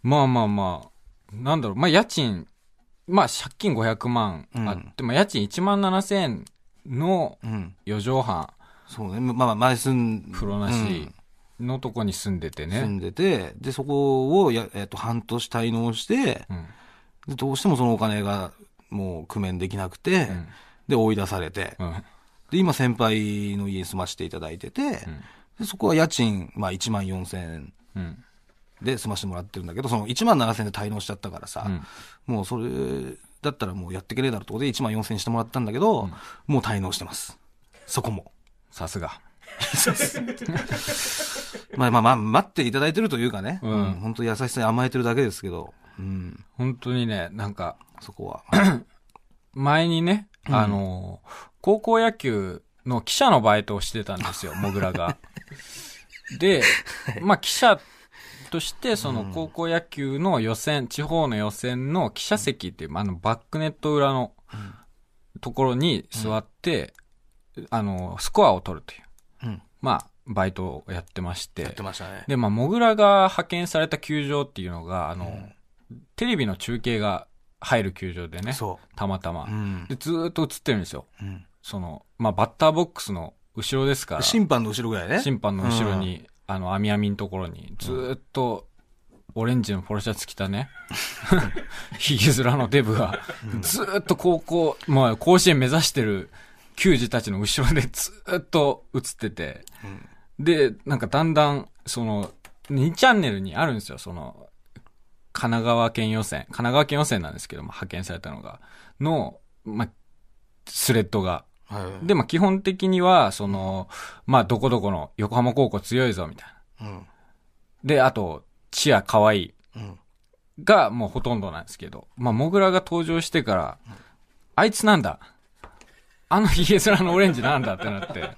C: まあまあまあ、なんだろう、まあ、家賃、まあ、借金500万あって、まあ、家賃1万7000円の
D: うん。
C: 4畳半、
D: そうね。まあまあ、前住ん、
C: 風呂なしのとこに住んでて
D: うん住
C: ね。
D: んでて、で、そこをや、えっと、半年滞納して、
C: うん。
D: でどうしてもそのお金が、もう、工面できなくて、
C: ん
D: で、追い出されて、
C: うん。
D: で、今先輩の家に住ましていただいてて、でそこは家賃、まあ1万4千円
C: うん。
D: で住ましてもらってるんだけど、その1万7千円で滞納しちゃったからさ、
C: うん
D: もうそれ、だったらもうやってくれだろうってことで1万4千円してもらったんだけど、もう滞納してます。そこも。
C: さすが。
D: まあまあまあ、待っていただいてるというかね。
C: うん
D: うん本当優しさに甘えてるだけですけど。うん。
C: 本当にね、なんか、
D: そこは。
C: 前にね、
D: うん
C: あの、高校野球の記者のバイトをしてたんです
D: (laughs)
C: よ、モグラが。で、まあ記者として、その高校野球の予選、地方の予選の記者席っていう、あの、バックネット裏のところに座って、あの、スコアを取るという、
D: うん。
C: まあ、バイトをやってまし、
D: やっててまし
C: (laughs)
D: たね。
C: で、まあ、モグラが派遣された球場っていうのが、あの、
D: うん
C: テレビの中継が入る球場でね、
D: そ
C: たまたま。
D: う。うん
C: で、。ずーっと映ってるんですよ。
D: うん
C: その、まあ、バッターボックスの後ろですから、審
D: 審判の後ろぐらいね。
C: 判の後ろに、あの、網網のところに、ずーっと、オレンジのポロシャツ着たね、 (laughs) ひげ面のデブが、ずーっと高校、まあ、甲子園目指してる球児たちの後ろでずーっと映ってて、で、なんかだんだん、その、2チャンネルにあるんですよ、その、神奈川県予選、神奈川県予選なんですけども、派遣されたのが、の、まあ、スレッドが。
D: はい。
C: で、まあ、基本的には、その、まあ、どこどこの横浜高校強いぞ、みたいな。
D: うん。
C: で、あと、チア可愛い
D: うん。
C: が、もうほとんどなんですけど、まあ、モグラが登場してから、あいつなんだあのヒゲ面のオレンジなんだってなって、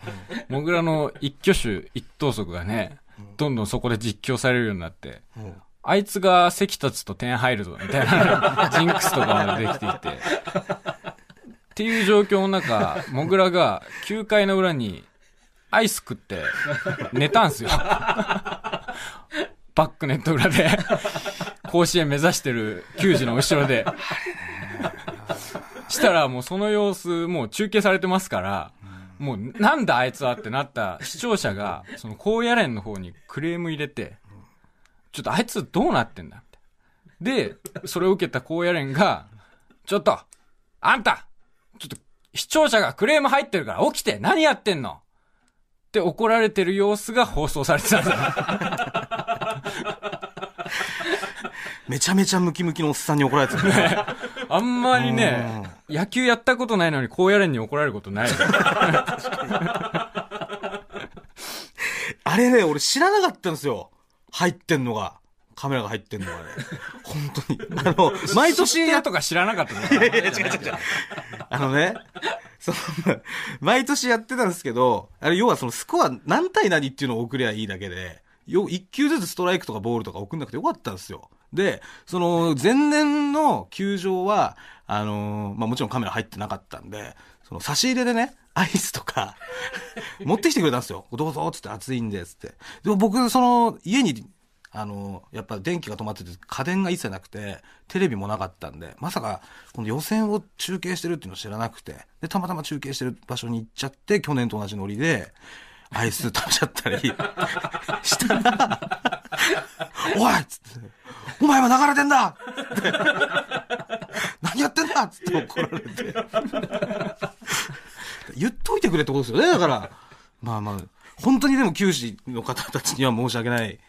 C: モグラの一挙手一投足がね、どんどんそこで実況されるようになって、
D: うん
C: あいつが席立つと点入るぞ、みたいな、ジンクスとかまでできていて。っていう状況の中、 (laughs) モグラが9階の裏にアイス食って寝たんすよ。 (laughs) バックネット裏で、 (laughs) 甲子園目指してる球児の後ろで。 (laughs) したらもうその様子、もう中継されてますから、もうなんだあいつはってなった視聴者が、その高野連の方にクレーム入れて、ちょっとあいつどうなってんだみたいなで、それを受けた高野連が、ちょっと、あんたちょっと、視聴者がクレーム入ってるから起きて何やってんのって怒られてる様子が放送されてたんだよ。
D: (laughs) めちゃめちゃムキムキのおっさんに怒られてたね。
C: あんまりね、野球やったことないのに高野連に怒られることないよ。
D: あれね、俺知らなかったんですよ。入ってんのが。カメラが入ってんのがね。本当に。あの、毎年や
C: や
D: っ
C: とか知らなかったの
D: あのね、その、毎年やってたんですけど、あれ、要はそのスコア何対何っていうのを送りゃいいだけで、よ、1球ずつストライクとかボールとか送んなくてよかったんですよ。で、その、前年の球場は、あのーまあ、もちろんカメラ入ってなかったんで、その差し入れでね、アイスとか、持ってきてくれたんですよ。どうぞ、つって暑いんですって。でも僕、その、家に、あの、やっぱ電気が止まってて家電が一切なくて、テレビもなかったんで、まさかこの予選を中継してるっていうのを知らなくて、で、たまたま中継してる場所に行っちゃって、去年と同じノリで、アイス食べちゃったり (laughs) したら、おいっつって、お前は流れてんだっつって (laughs) 何やってんだっつって怒られて。言っといてくれってことですよね、だから。まあまあ、本当にでも球児の方たちには申し訳ない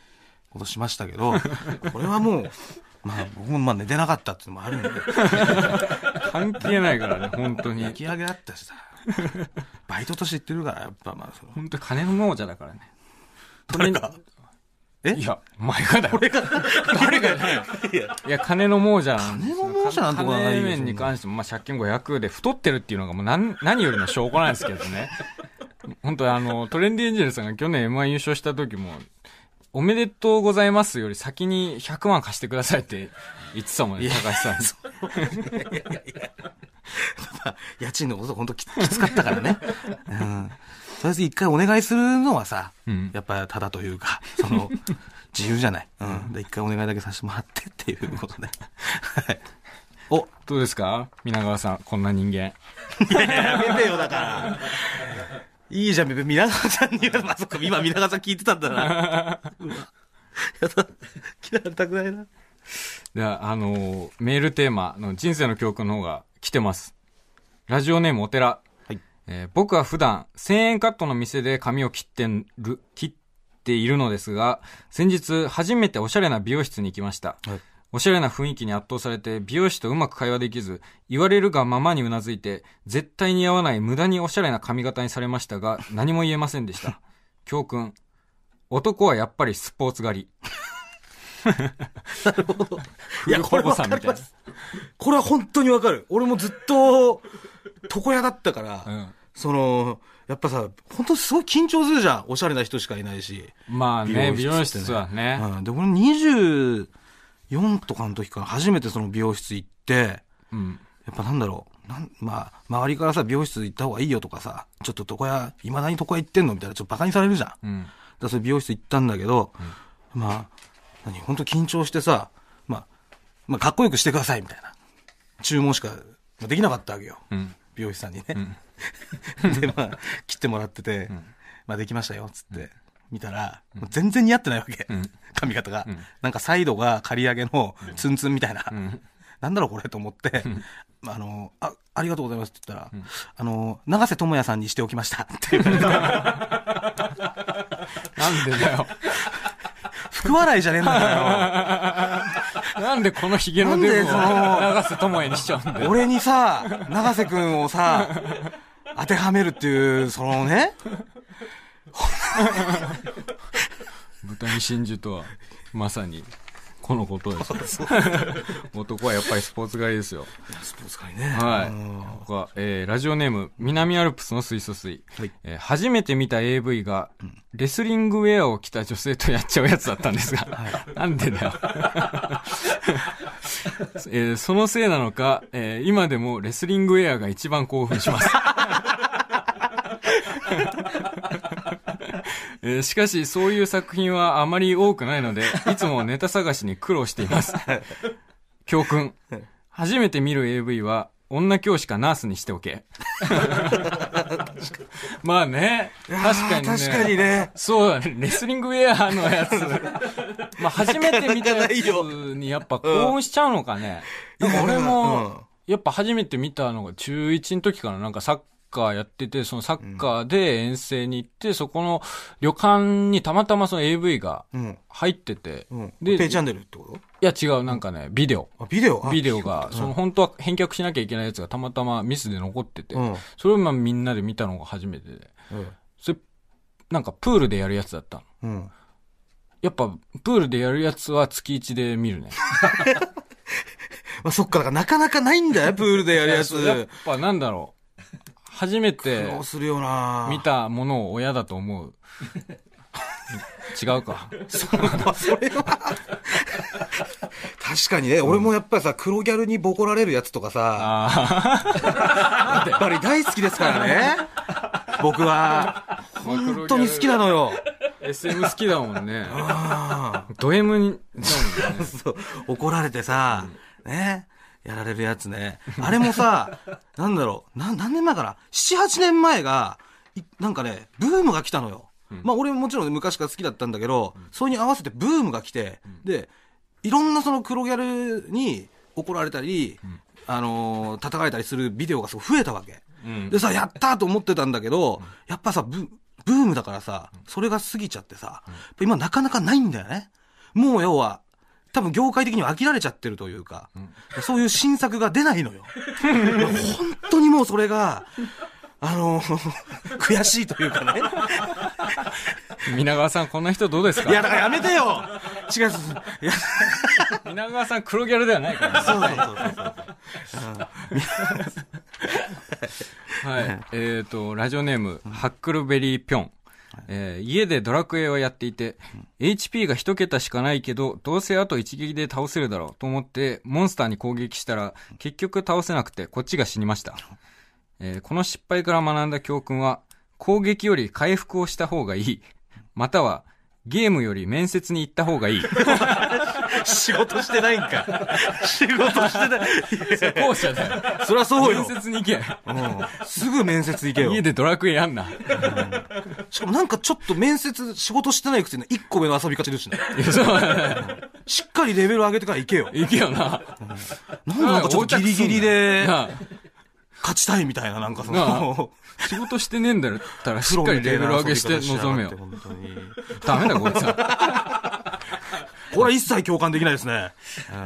D: ことしましたけど、 (laughs) これはもう、まあ僕もまあ寝てなかったっていうのもある
C: (laughs)
D: んで、
C: 関係ないからね、本当に
D: 引。き上げだったしさ、バイトとして言ってるから、やっぱまあその、
C: 本当金の亡者だからね。
D: 誰か、え
C: いや、お前がだよ。誰がだよ。いや、金の亡者なんですよ。
D: 金の亡者なんてことはないよ
C: 金面に関しても、まあ、借金500で太ってるっていうのがもう何、何よりの証拠なんですけどね。本当あの、トレンディエンジェルさんが去年 M1 優勝した時も、おめでとうございますより先に100万貸してくださいって言ってたもんね、高橋さん。
D: 家賃のこと本当ききつかったからね。うん。とりあえず一回お願いするのはさ、
C: うん
D: やっぱただというか、その、自由じゃない。うん。で、一回お願いだけさせてもらってっていうことで。はい。お、
C: どうですか皆川さん、こんな人間。
D: やめてよ、だから。いいじゃん、べべ皆川さんに言まさか今皆川さん聞いてたんだな。うわやだ、嫌われたくないな。
C: では、あのーメールテーマの人生の教訓の方が来てます。ラジオネームお寺。
D: はい
C: えー僕は普段、1000円カットの店で髪を切ってんる、切っているのですが、先日、初めておしゃれな美容室に行きました。
D: はい
C: おしゃれな雰囲気に圧倒されて、美容師とうまく会話できず、言われるがままに
D: (laughs)
C: うなずいて、絶対に合わない無駄におしゃれな髪型にされましたが、何も言えませんでした。教訓。男はやっぱりスポーツ狩り。 (laughs)
D: いや、こ
C: 古本
D: れわか
C: 屋さんみ
D: り
C: たい
D: ます。これは本当にわかる。俺もずっと、床屋だったから、
C: な。
D: その、やっぱさ、本当すごい緊張するじゃん。おしゃれな人しかいないし。
C: うん。まあね、
D: 美
C: 美
D: 容室ってね
C: 容室はね。
D: うん。で、俺24とかの時から初めてその美容室行って、
C: うん。
D: やっぱなんだろう。なんまあ、周りからさ、美容室行った方がいいよとかさ、ちょっと床屋、未だに床屋行ってんのみたいな、ちょっとバカにされるじゃん。
C: うん。
D: だからそれ美容室行ったんだけど、まあ、何、本当緊張してさ、まあ、まあ、かっこよくしてくださいみたいな。注文しかまあできなかったわけよ。
C: うん。
D: 美容師さんにね。 (laughs) で、まあ、切ってもらってて、まあ、できましたよ、つって。見たら、もう全然似合ってないわけ。
C: ん
D: 髪型が、なんかサイドが刈り上げのツンツンみたいな。
C: ん
D: なんだろうこれと思って、まああの、あ、ありがとうございますって言ったら、あの、長瀬智也さんにしておきましたっていう。
C: なんでだよ。
D: 福笑いじゃねえんだからよ。
C: なんでこのヒゲのデブを
D: なん
C: 長瀬智也にしちゃうんだよ。
D: 俺にさ、長瀬くんをさ、当てはめるっていう、そのね、
C: 豚に真珠とは、まさに、このこと
D: (laughs)
C: ですよ。男はやっぱりスポーツ狩りですよ。
D: スポーツ界ね。
C: はい
D: うん。
C: 他、えーラジオネーム、南アルプスの水素水。
D: はい
C: えー初めて見た AV が、レスリングウェアを着た女性とやっちゃうやつだったんですが、 (laughs) なんでだよ、 (laughs) えーそのせいなのか、えー今でもレスリングウェアが一番興奮します。 (laughs) えーしかし、そういう作品はあまり多くないので、いつもネタ探しに苦労しています。教訓。初めて見る AV は、女教師かナースにしておけ。 (laughs) まあね。確かにね。
D: あー確かにね。
C: そうだね。レスリングウェアのやつ。まあ、初めて見たやつにやっぱ興奮しちゃうのかね。
D: うん
C: なんか俺
D: うん
C: も、やっぱ初めて見たのが中1の時からなんかサッカーやってて、そのサッカーで遠征に行って、そこの旅館にたまたまその AV が
D: うん。
C: 入ってて、
D: うん。
C: で、
D: ペイチャ
C: い
D: ンネルってこ
C: や違う、なんかね、ビデオ。
D: とあ、ビデオあ
C: ビデオが、
D: うん
C: その本当は返却しなきゃいけないやつがたまたまミスで残ってて、
D: うん。
C: それをまあみんなで見たのが初めてで、それ、なんかプールでやるやつだったの。
D: うん。
C: やっぱ、プールでやるやつは月1で見るね。
D: まあ、そっか、だからなかなか (laughs) ないんだよ、プールでやるやつ。
C: やっぱなんだろう。初めて
D: どうするよな
C: 見。たものを親だと思う。違うか。
D: それ (laughs) は、それは。確かにね、俺もやっぱりさ、黒ギャルにボコられるやつとかさ、
C: あ
D: やっぱり大好きですからね。僕
C: (laughs)
D: は、
C: あ、
D: 本当に好きなのよ。
C: SM 好きだもんね。ド M に、 (laughs) だもんね。
D: そう、怒られてさ、ね、やられるやつね。あれも (laughs) さ、なんだろう、な、何年前かな ?7、8年前が、いなんかね、ブームが来たのよ。まあ俺ももちろんね昔から好きだったんだけど、それに合わせてブームが来て、で、いろんなその黒ギャルに怒られたり、あのー叩かれたりするビデオがすごい増えたわけ。
C: うん
D: でさ、やったーと思ってたんだけど、やっぱさ、ブブームだからさ、それが過ぎちゃってさ、やっぱ今なかなかないんだよね。もう要は、多分業界的には飽きられちゃってるというか、そういう新作が出ないのよ。いや本当にもうそれが、あのー悔しいというかね。
C: 皆川さん、こんな人どうです
D: い
C: か
D: や、だからやめてよ違う、そうそういや
C: 皆川さん、黒ギャルではないからね。
D: そうそうそうそう。
C: はい。えっ、と、ラジオネーム、ハックルベリーピョン。えー家でドラクエをやっていて、HP が一桁しかないけど、どうせあと一撃で倒せるだろうと思って、モンスターに攻撃したら、結局倒せなくて、こっちが死にました。えーこの失敗から学んだ教訓は、攻撃より回復をした方がいい。または、ゲームより面接に行った方がいい。
D: 仕事してないんか。仕事してない。
C: 後者だよ。
D: そりゃそう
C: 面
D: よ。
C: 接に行け。
D: うんすぐ面接行けよ。
C: 家でドラクエやんな。
D: しかもなんかちょっと面接、仕事してないくせに一個上の遊び勝ちですね。
C: いやそうだね
D: しっかりレベル上げてから行けよ。
C: 行けよな。
D: なんでなんかちょっとギリギリで
C: なあ
D: 勝ちたいみたいな、なんかそ
C: な
D: の、
C: 仕事してねえんだったら、し
D: プロ
C: っかり
D: みた
C: レ
D: い
C: ベ
D: な
C: ル上
D: 遊
C: げ
D: び方
C: して
D: しや
C: 臨
D: が
C: め
D: っ
C: よ
D: て。本当に
C: ダメだ、こいつ
D: (laughs)
C: は。
D: これは一切共感できないですね。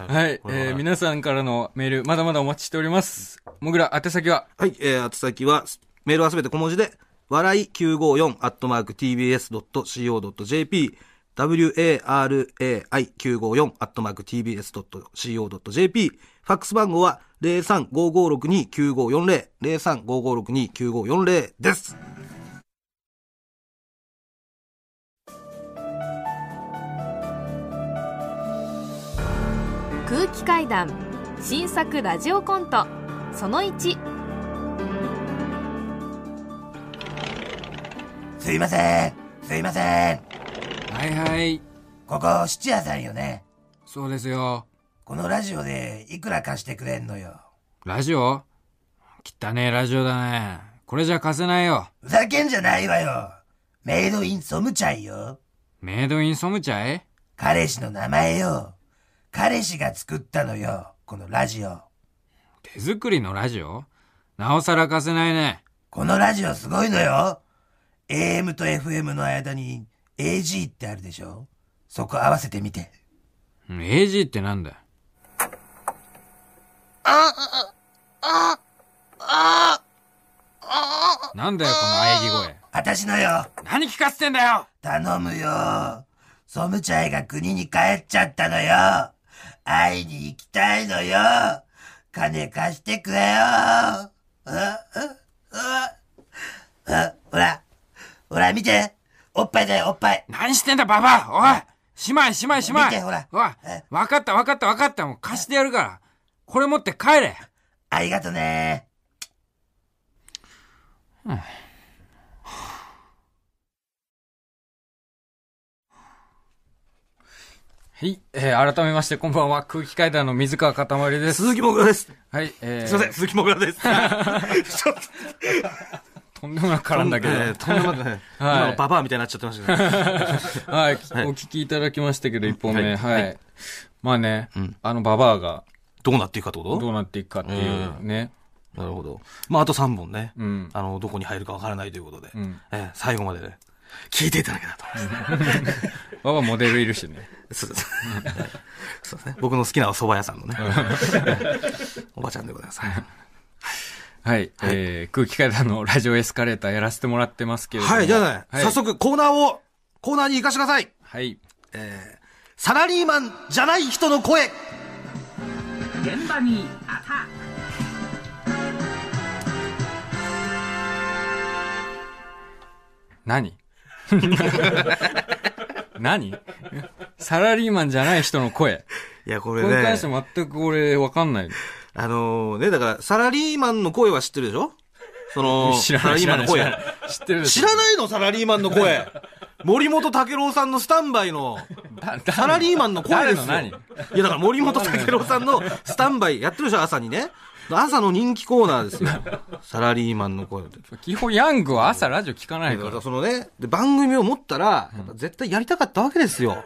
C: はい。
D: これは
C: えー皆さんからのメール、まだまだお待ちしております。もぐら、宛先は
D: はい、えー、宛先は、メールはすべて小文字で、笑い 954-tbs.co.jp、warai954-tbs.co.jp、ファックス番号は0355629540、0355629540です。
B: 空気階段新作ラジオコントその1
E: すいません。すいません。
C: はいはい。
E: ここ、質屋さんよね。
C: そうですよ。
E: このラジオでいくら貸してくれんのよ。
C: ラジオ汚ねえラジオだね。これじゃ貸せないよ。
E: ふざけんじゃないわよ。メイドインソムチャイよ。
C: メイドインソムチャイ
E: 彼氏の名前よ。彼氏が作ったのよ。このラジオ。
C: 手作りのラジオなおさら貸せないね。
E: このラジオすごいのよ。AM と FM の間に AG ってあるでしょそこ合わせてみて。
C: うん AG ってなんだよなんだよ、この喘ぎ
E: あたしのよ。
C: 声。何聞かせてんだよ
E: 頼むよ。ソムチャイが国に帰っちゃったのよ。会いに行きたいのよ。金貸してくれよ。あ、あ、あ、あ、ほら、ほら見て。おっぱいだよ、おっぱい。
C: 何してんだ、ババアおい姉妹、姉妹、
E: 見
C: 姉
E: て
C: 妹
E: ほら
C: おい
E: え、
C: わかった、わかった、わかった。もう貸してやるから。これ持って帰れ。
E: ありがとね。
C: はい、えー、改めまして、こんばんは。空気階段の水川かたまりです。
D: 鈴木もぐらです。
C: はい、えー、
D: すいません、鈴木もぐら (laughs) です。ちょっと。
C: とんでもなく絡んだけど。
D: えーとんでもなくない。
C: (laughs) はい
D: 今のババアみたいになっちゃってましたけど。
C: はい、お聞きいただきましたけど、一本目。
D: はい
C: はい。まあね、あの、ババアが
D: どうなっていくかってこと
C: どうなっていくかっていうね。
D: なるほど。まあ、あと3本ね。
C: ん
D: あの、どこに入るかわからないということで。
C: ん
D: えー最後までね、聞いていただけたらと思います。
C: ババアモデルいるしね。
D: そうです。 (laughs) そうですね。僕の好きなお蕎麦屋さんのね。
C: (laughs)
D: おばちゃんでございます。はい
C: はい、えー、空気階段のラジオエスカレーターやらせてもらってますけれども。
D: はい、じゃあね、
C: はい
D: 早。速コーナーを、コーナーに行かしてください。
C: はい。
D: えー、サラリーマンじゃない人の声。
F: 現場にアタック
C: 何 (laughs) 何サラリーマンじゃない人の声。
D: いや、こ
C: こ
D: れ
C: れに関して
D: ね、
C: 全く俺わかんない。
D: あのーね、だから、サラリーマンの声は知ってるでしょその、
C: (laughs) 知らない。
D: サ
C: 知
D: ラ
C: ら
D: リーマ
C: ない。
D: ンの
C: 知
D: 声
C: ら。ない知ってる
D: 知らないのサラリーマンの声。森本武郎さんのスタンバイの、サラリーマンの声ですよ。
C: 誰
D: い
C: の
D: や、だから森本武郎さんのスタンバイやってるでしょ、朝にね。朝の人気コーナーですよ。サラリーマンの声って。
C: 基本ヤングは朝ラジオ聞かないか
D: だからら。そのね、で番組を持ったら、やっぱ絶対やりたかったわけですよ。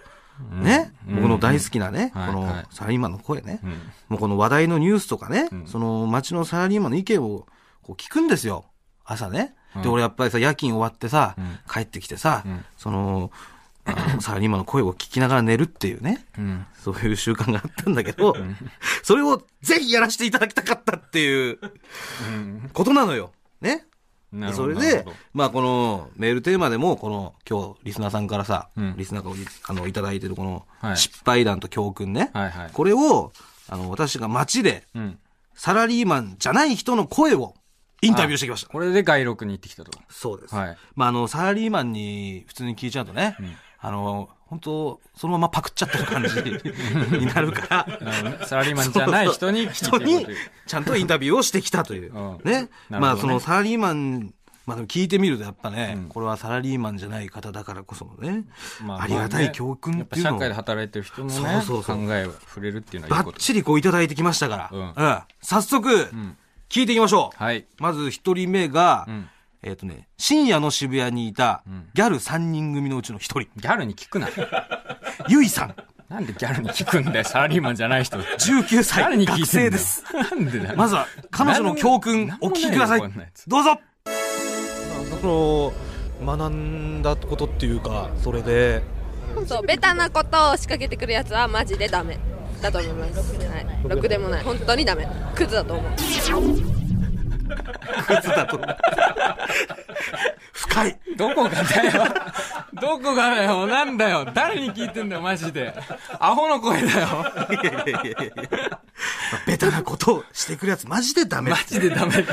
D: ね、僕の大好きなね、
C: はい
D: この
C: はい
D: サラリーマンの声ね、もうこの話題のニュースとかね、その街のサラリーマンの意見をこう聞くんですよ、朝ね。で、俺やっぱりさ、夜勤終わってさ、帰ってきてさ、その、あのサラリーマンの声を聞きながら寝るっていうね、
C: うん。
D: そういう習慣があったんだけど、それをぜひやらせていただきたかったっていうことなのよ。ね。
C: なるほ
D: そ
C: ど
D: れ
C: なる
D: で
C: ほど、
D: まあこのメールテーマでも、この今日リスナーさんからさ、
C: うん
D: リスナーからあのいただいてるこの
C: はい
D: 失敗談と教訓ね、
C: はいはい。
D: これをあの私が街で
C: うん。
D: サラリーマンじゃない人の声をインタビューしてきました。
C: これで外録に行ってきたと。
D: そうです。
C: はい
D: まああのサラリーマンに普通に聞いちゃうとね、あの本当そのままパクっちゃってる感じになる
C: (laughs)
D: から、
C: サラリーマンじゃない人に聞いて
D: 人
C: る
D: に
C: という。
D: ちゃんとインタビューをしてきたという。
C: うんなるほ
D: ね。
C: どね
D: まあそのサラリーマン、まあでも聞いてみるとやっぱね、
C: うん
D: これはサラリーマンじゃない方だからこそのね、
C: ま
D: ありがたい教訓
C: やっ
D: っ
C: ぱ
D: ていう
C: 社
D: のを
C: 会で働いてる人のね、
D: そうそうそう
C: 考えを触れるっていうのはいいこ
D: バッ
C: と。
D: チリこういただいてきましたから、
C: う
D: うんん。早速、聞いていきましょう。
C: はい。
D: まず一人目が、
C: ん
D: えっ、とね、深夜の渋谷にいた
C: ん
D: ギャル3人組のうちの一人、
C: ギャルに聞くな。
D: ゆいさん、
C: なんでギャルに聞くんだよ、サラリーマンじゃない人。
D: 19
C: 誰
D: 歳、
C: に聞
D: 学
C: いて
D: 生
C: んだ
D: で
C: よなんで
D: す。。
C: だよ
D: まずは彼女の教訓
C: なんも
D: お聞きください
C: なんもないよこんなやつ
D: どうぞその学んだことっていうかそれで
G: そうベタなことを仕掛けてくるやつはマジでダメだと思います、はい、ろくでもない本当にダメクズだと思う
D: 靴だと普 (laughs) 深い
C: (laughs) どこがだよ。どこがだよ。なんだよ。誰に聞いてんだよ、マジで。アホの声だよ。
D: いやいやいやいや (laughs) ベタなことをしてくるやつマジでダメ
C: マジでダメって。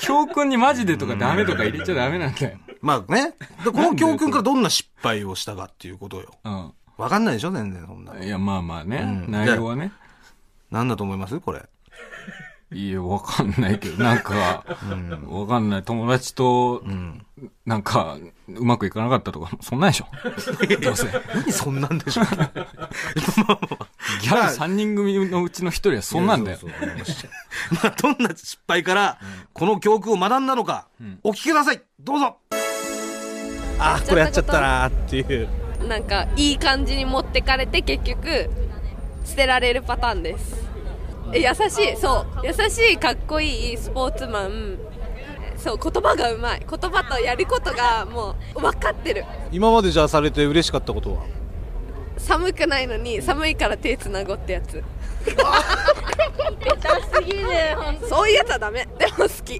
C: 教訓にマジでとかダメとか入れちゃダメなんだよ。
D: まあね。でこの教訓からどんな失敗をしたかっていうことよ。
C: う
D: わかんないでしょ全然そんなの。
C: ん。いや、まあまあね。
D: うん
C: 内容はね。
D: なんだと思いますこれ。
C: いや、わかんないけど、なんか、わかんない。友達と、
D: うん。
C: なんか、うまくいかなかったとか、そんなんでし (laughs) ょ。どうせ。
D: 何そんなんで (laughs) しょうまあまあ
C: ギャル3人組のうちの一人はそんなんだよ
D: い。やそうそう (laughs) まあ、どんな失敗から、この教訓を学んだのか、お聞きくださいどうぞあーこれやっちゃったなーっていう。
G: なんかいい感じに持ってかれて結局捨てられるパターンですえ優しいそう優しいかっこいいスポーツマンそう言葉がうまい言葉とやることがもう分かってる
H: 今までじゃあされて嬉しかったこと
D: (laughs)
H: は
G: 寒くないのに寒いから手つなごってやつそういうやつはダメでも好き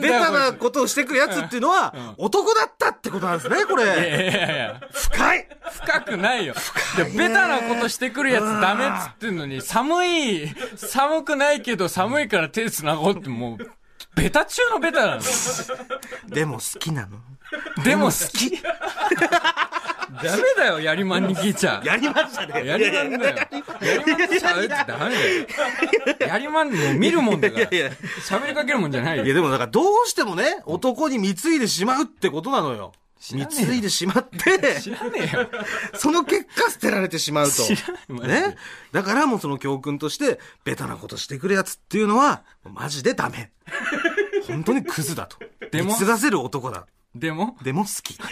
D: ベタなことをしてくるやつっていうのは、男だったってことなんですね、こ
C: いや
D: れ。
C: いやいや、
D: 深い
C: 深くないよ。いや、ベタなことしてくるやつダメっつってんのに、寒い、寒くないけど寒いから手繋ごうってもう、ベタ中のベタなの。
D: でも好きなの。
C: でも好き。
D: (laughs)
C: ダメだよ、やりまんに聞いちゃ。
D: やりましたね。
C: やりまんだよ。やりまんちゃうってダメだよ。やりまんもう見るもんだから。
D: いやいや
C: 喋りかけるもんじゃない (laughs)
D: いや
C: よ。
D: でもだからどうしてもね、男に貢いでしまうってことなのよ。
C: らねえよ
D: 貢いでしまって、
C: 知らねえよ。
D: (laughs) その結果捨てられてしまうと
C: 知らん。マジで
D: ね。だからもうその教訓として、ベタなことしてくるやつっていうのは、マジでダ
C: (laughs)
D: メ。本当にクズだと。
C: でも
D: 貢がせる男だ。
C: でも、
D: でも好き。 (laughs) じゃ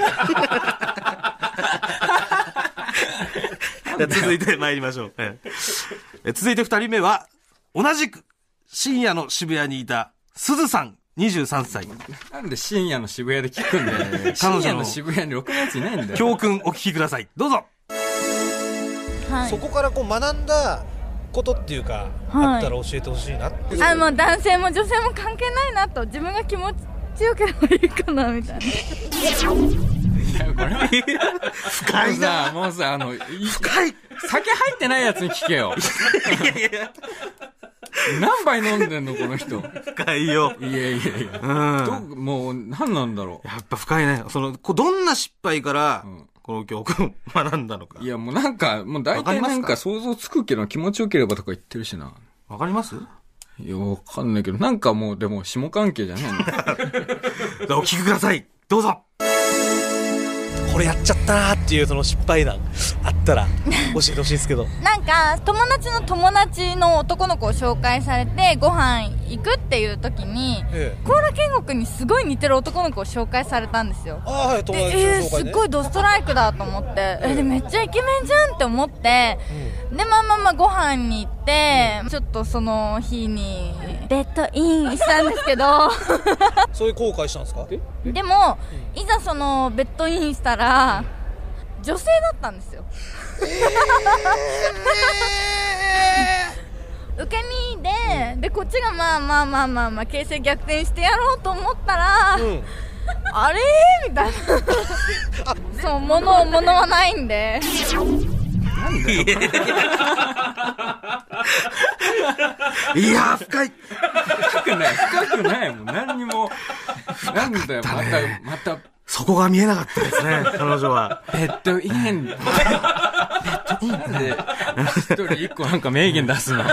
D: あ続いて参りましょう。ええ続いて二人目は、同じく深夜の渋谷にいた、すずさん、23歳。
C: なんで深夜の渋谷で聞くん (laughs) だよ。
D: 彼女
C: 深夜の
D: の
C: 渋谷にろくなやついないんだよ。
D: 教訓お聞きください。どうぞ。
I: はい
H: そこからこう学んだことっていうか、
I: はい
H: あったら教えてほしいなって
I: あもう男性も女性も関係ないなと自分が気持ちよければいいかなみたいな
D: 深いな。
C: さあ、もうさ、あの、い
D: 深い。
C: 酒入ってないやつに聞けよ。何杯飲んでんの、この人。い
D: 深いよ。
C: やいやいや。
D: うん。
C: ど
D: や
C: うもう、何なんだろ
D: っぱ深いね。その、こうどんな失敗から
C: うん、
D: この教訓を学んだのか
C: う。い。や、もうなんか、もう大
D: わかり
C: 体
D: ま
C: な
D: す
C: ん
D: か
C: か想像つくけど気持ちよければとか言ってるしな。
D: わかります
C: いや、わかんないけど、なんかもう、でも、下関係じゃないの。
D: ではお聞きください。どうぞ。
H: これやっちゃったなーっていうその失敗談あった
I: (laughs)
H: ら教えてほしいんですけど
I: なんか友達の友達の男の子を紹介されてご飯行くっていう時に
H: ええ
I: コーラ健吾君にすごい似てる男の子を紹介されたんですよ
H: ああはい友
I: で
H: 達
I: え
H: の紹
I: ー、
H: 介
I: す
H: ね
I: っごいドストライクだと思って、えでめっちゃイケメンじゃんって思って、でまあまあまあご飯に行って、ちょっとその日にデートインしたんですけど
H: そういう後悔したんですか
I: でもいざそのベッドインしたら女性だったんですよ、 (laughs) 受け身ででこっちがまあまあまあまあまあ形勢逆転してやろうと思ったら、
H: うん
I: あれーみたいなそう物を物はないんで
D: いやー、深い。
C: 深くない、深くない、もう何にも。なんだよ、また、ま
D: そこが見えなかったですね、彼女は。
C: た、ベッドイン。ベッドインなんで、一人一個なんか名言出すの。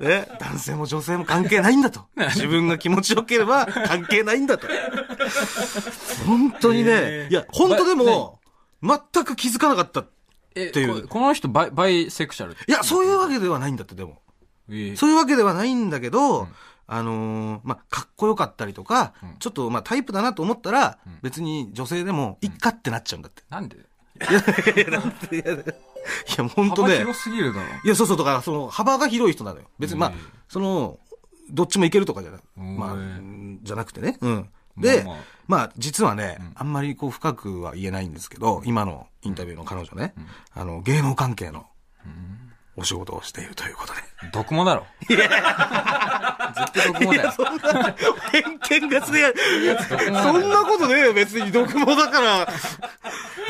D: え男性も女性も関係ないんだと。自分が気持ちよければ関係ないんだと。本当にね
C: え、ー
D: いや、本当でも、全く気づかなかった。
C: え、
D: ていう
C: ここの人バイ、バイセクシャル。
D: いや、そういうわけではないんだって、でも。
C: え
D: そういうわけではないんだけど、あのーまあ、かっこよかったりとか、ちょっと、まあ、タイプだなと思ったら、別に女性でも、いっかってなっちゃうんだって。
C: なんで
D: いや、本当
C: 幅
D: ね。
C: 広すぎるだろ。
D: いや、そうそう、だから、その、幅が広い人なのよ。別に、まあ
C: うん、
D: その、どっちもいけるとかじゃなく、
C: うん
D: まあ、うんじゃなくてね。うん。で、
C: ま
D: ま
C: あ
D: あ
C: まあ、
D: 実はね、あんまりこう、深くは言えないんですけど、今のインタビューの彼女ね、あの、芸能関係の、お仕事をしているということで。
C: 毒もだろ。絶対毒もだよ。
D: そんな、偏見が強い。そんなことねえよ、別に。毒もだから。ね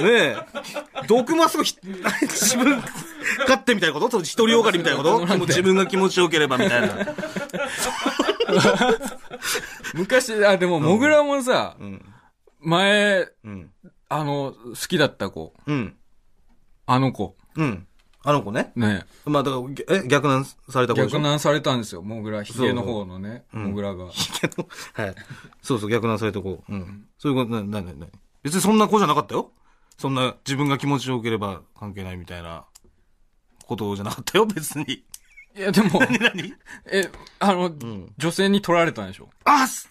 D: え。毒もはすごいひ、 (laughs) 自分、勝手みたいなことその独りよがりみたいなこともう自分が気持ちよければみたいな。
C: 昔、あ、でも、モグラもさ、
D: ん
C: 前、
D: うん。
C: あの、好きだった子、
D: うん。
C: あの子、
D: うん。あの子ね。
C: ね、
D: まあ、だからぎゃ、え、逆難された子でしょ
C: 逆難されたんですよ、モグラ、ヒゲの方のね、
D: ううん
C: モグラが。
D: けど、 (laughs) はい。そうそう、逆なされてこう。うん。そういうこと、な、な、な、な。別にそんな子じゃなかったよ。そんな、自分が気持ちよければ関係ないみたいな、ことじゃなかったよ、別に。
C: いや、でも、
D: (laughs) 何
C: え、あの、
D: ん
C: 女性に取られたんでしょ
D: あす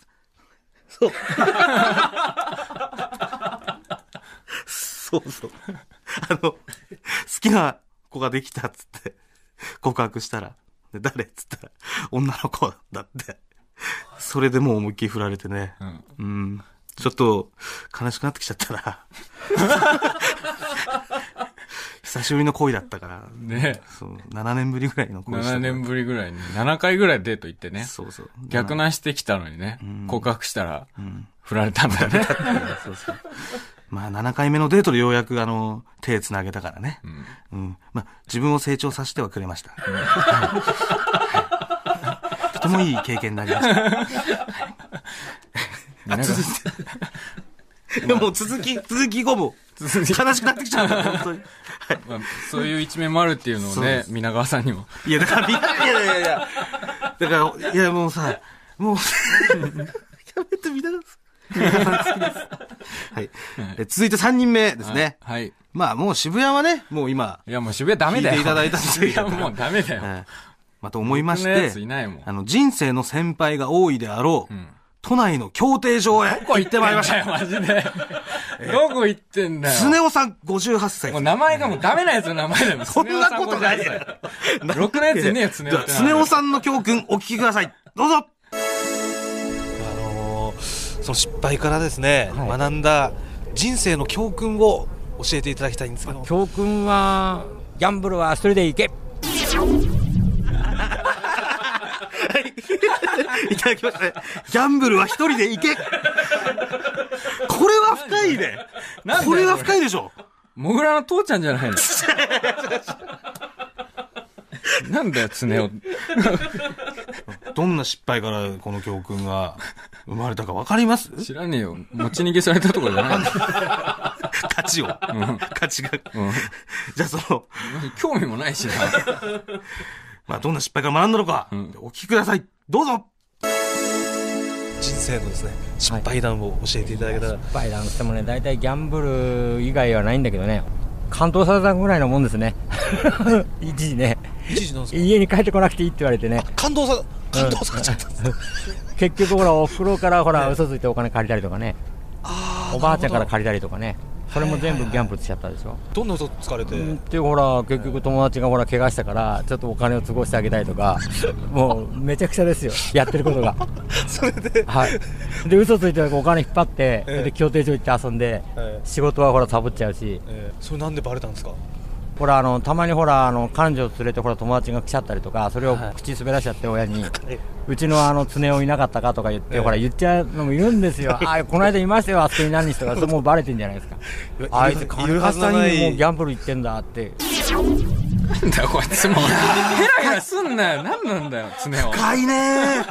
D: そう。そうそう。あの、好きな子ができたっつって、告白したら、で誰っつったら、女の子だって。それでもう思いっきり振られてね。
C: うん。
D: うん。ちょっと、悲しくなってきちゃっ
C: (laughs)
D: たな。久しぶりの恋だったから。
C: ね
D: そう、7年ぶりぐらいの恋した
C: 7
D: から
C: 年ぶりぐらいに、7回ぐらいデート行ってね、
D: そうそう。
C: 逆
D: な。
C: 難してきたのにね、
D: ん
C: 告白したら、
D: うん。
C: 振られたんだよね。
D: (laughs) そうそう。まあ、7回目のデートでようやく、あの、手つなげたからね。
C: うん
D: うん。まあ、自分を成長させてはくれました。はいとてもいい経験になりました。はいあ、続いて。いや、もう続き、続きごも。
C: 続き
D: 悲しくなってきちゃうから、本当に。はい。
C: まあそういう一面もあるっていうのを
D: そうで
C: ね、
D: す
C: 皆川さんにも。
D: いや、だから、いやいやいやいや。だから、いや、もうさ、 (laughs) もう、やめて、みんなが、皆川さん好きです。はい。え続いて3人目ですね。
C: はい。い
D: まあ、もう渋谷はね、もう今、
C: や、もう渋谷ダメだよ。
D: 聞いていただいたんですよ
C: 渋谷もうダメだよ。
D: えーまた思いまし
C: 僕のやつ
D: て
C: い、ないもん。
D: あの、人生の先輩が多いであろう、
C: ん
D: 都内の競艇場へ行ってまいりました。
C: たよ、マジで。どこ行ってんだよ。
D: スネ夫さん58歳
C: もう。名前がもうダメなやつの名前だよ。
D: そんなことない
C: スネ夫さんこれ
D: よ
C: だよろくなやついねえよ、スネ夫って
D: スネ夫さんの教訓お聞きください。どうぞ
H: あのーその失敗からですね、学んだ人生の教訓を教えていただきたいんですけ
C: (laughs)
H: ど
J: 教訓はギャンブルはそれでいけ
D: いただきましたね。ギャンブルは一人で行けこれは深いね。
C: なんだよ
D: これは深いでしょ。
C: モグラの父ちゃんじゃないの。なんだよ、スネ夫。
D: どんな失敗からこの教訓が生まれたかわかります
C: 知らねえよ。持ち逃げされたとかじゃないの
D: 価値を。価値が。
C: うん
D: じゃあその、
C: 興味もないしな。
D: まあどんな失敗から学んだのか、
C: ん
D: お聞きください。どうぞ
H: 人生のですね失敗談を教えていただけたら、
J: バイダンスでもね大体ギャンブル以外はないんだけどね関東サザンぐらいのもんですね (laughs) 一時ね
H: 一時なんですか
J: 家に帰ってこなくていいって言われてね
H: 感動さ感動されちゃった、
J: 結局ほらお袋からほら嘘ついてお金借りたりとかね
H: あー
J: おばあちゃんから
H: なる
J: 借りたりとかねそれも全部ギャンブルしちゃったでしょ
H: ほどどんな嘘つかれて、
J: うんっていうほら結局友達がほら怪我したからちょっとお金を都合してあげたいとか (laughs) もうめちゃくちゃですよやってることが
H: (laughs) それで、
J: はいで嘘ついてお金引っ張って、
H: ええ
J: で競艇場行って遊んで、
H: ええ
J: 仕事はほらサボっちゃうし
H: えーそれなんでバレたんですか
J: ほらあのたまにほらあの彼女を連れてほら友達が来ちゃったりとかそれを
H: はい
J: 口滑らしちゃって親に、うちのあの常夫いなかったかとか言って、ほら言っちゃうのもいる
H: (laughs)
J: んですよああこの間いましたよあそこに何人とかそれもうバレてんじゃないですか
H: いや
J: あい
H: い
J: つ
H: る
J: 金貸した
H: いるはずがない
J: にもうギャンブル行ってんだって
C: なんだよ、こいつも。ヘラヘラすんなよ。なんなんだよ、スネ夫。
D: 深いね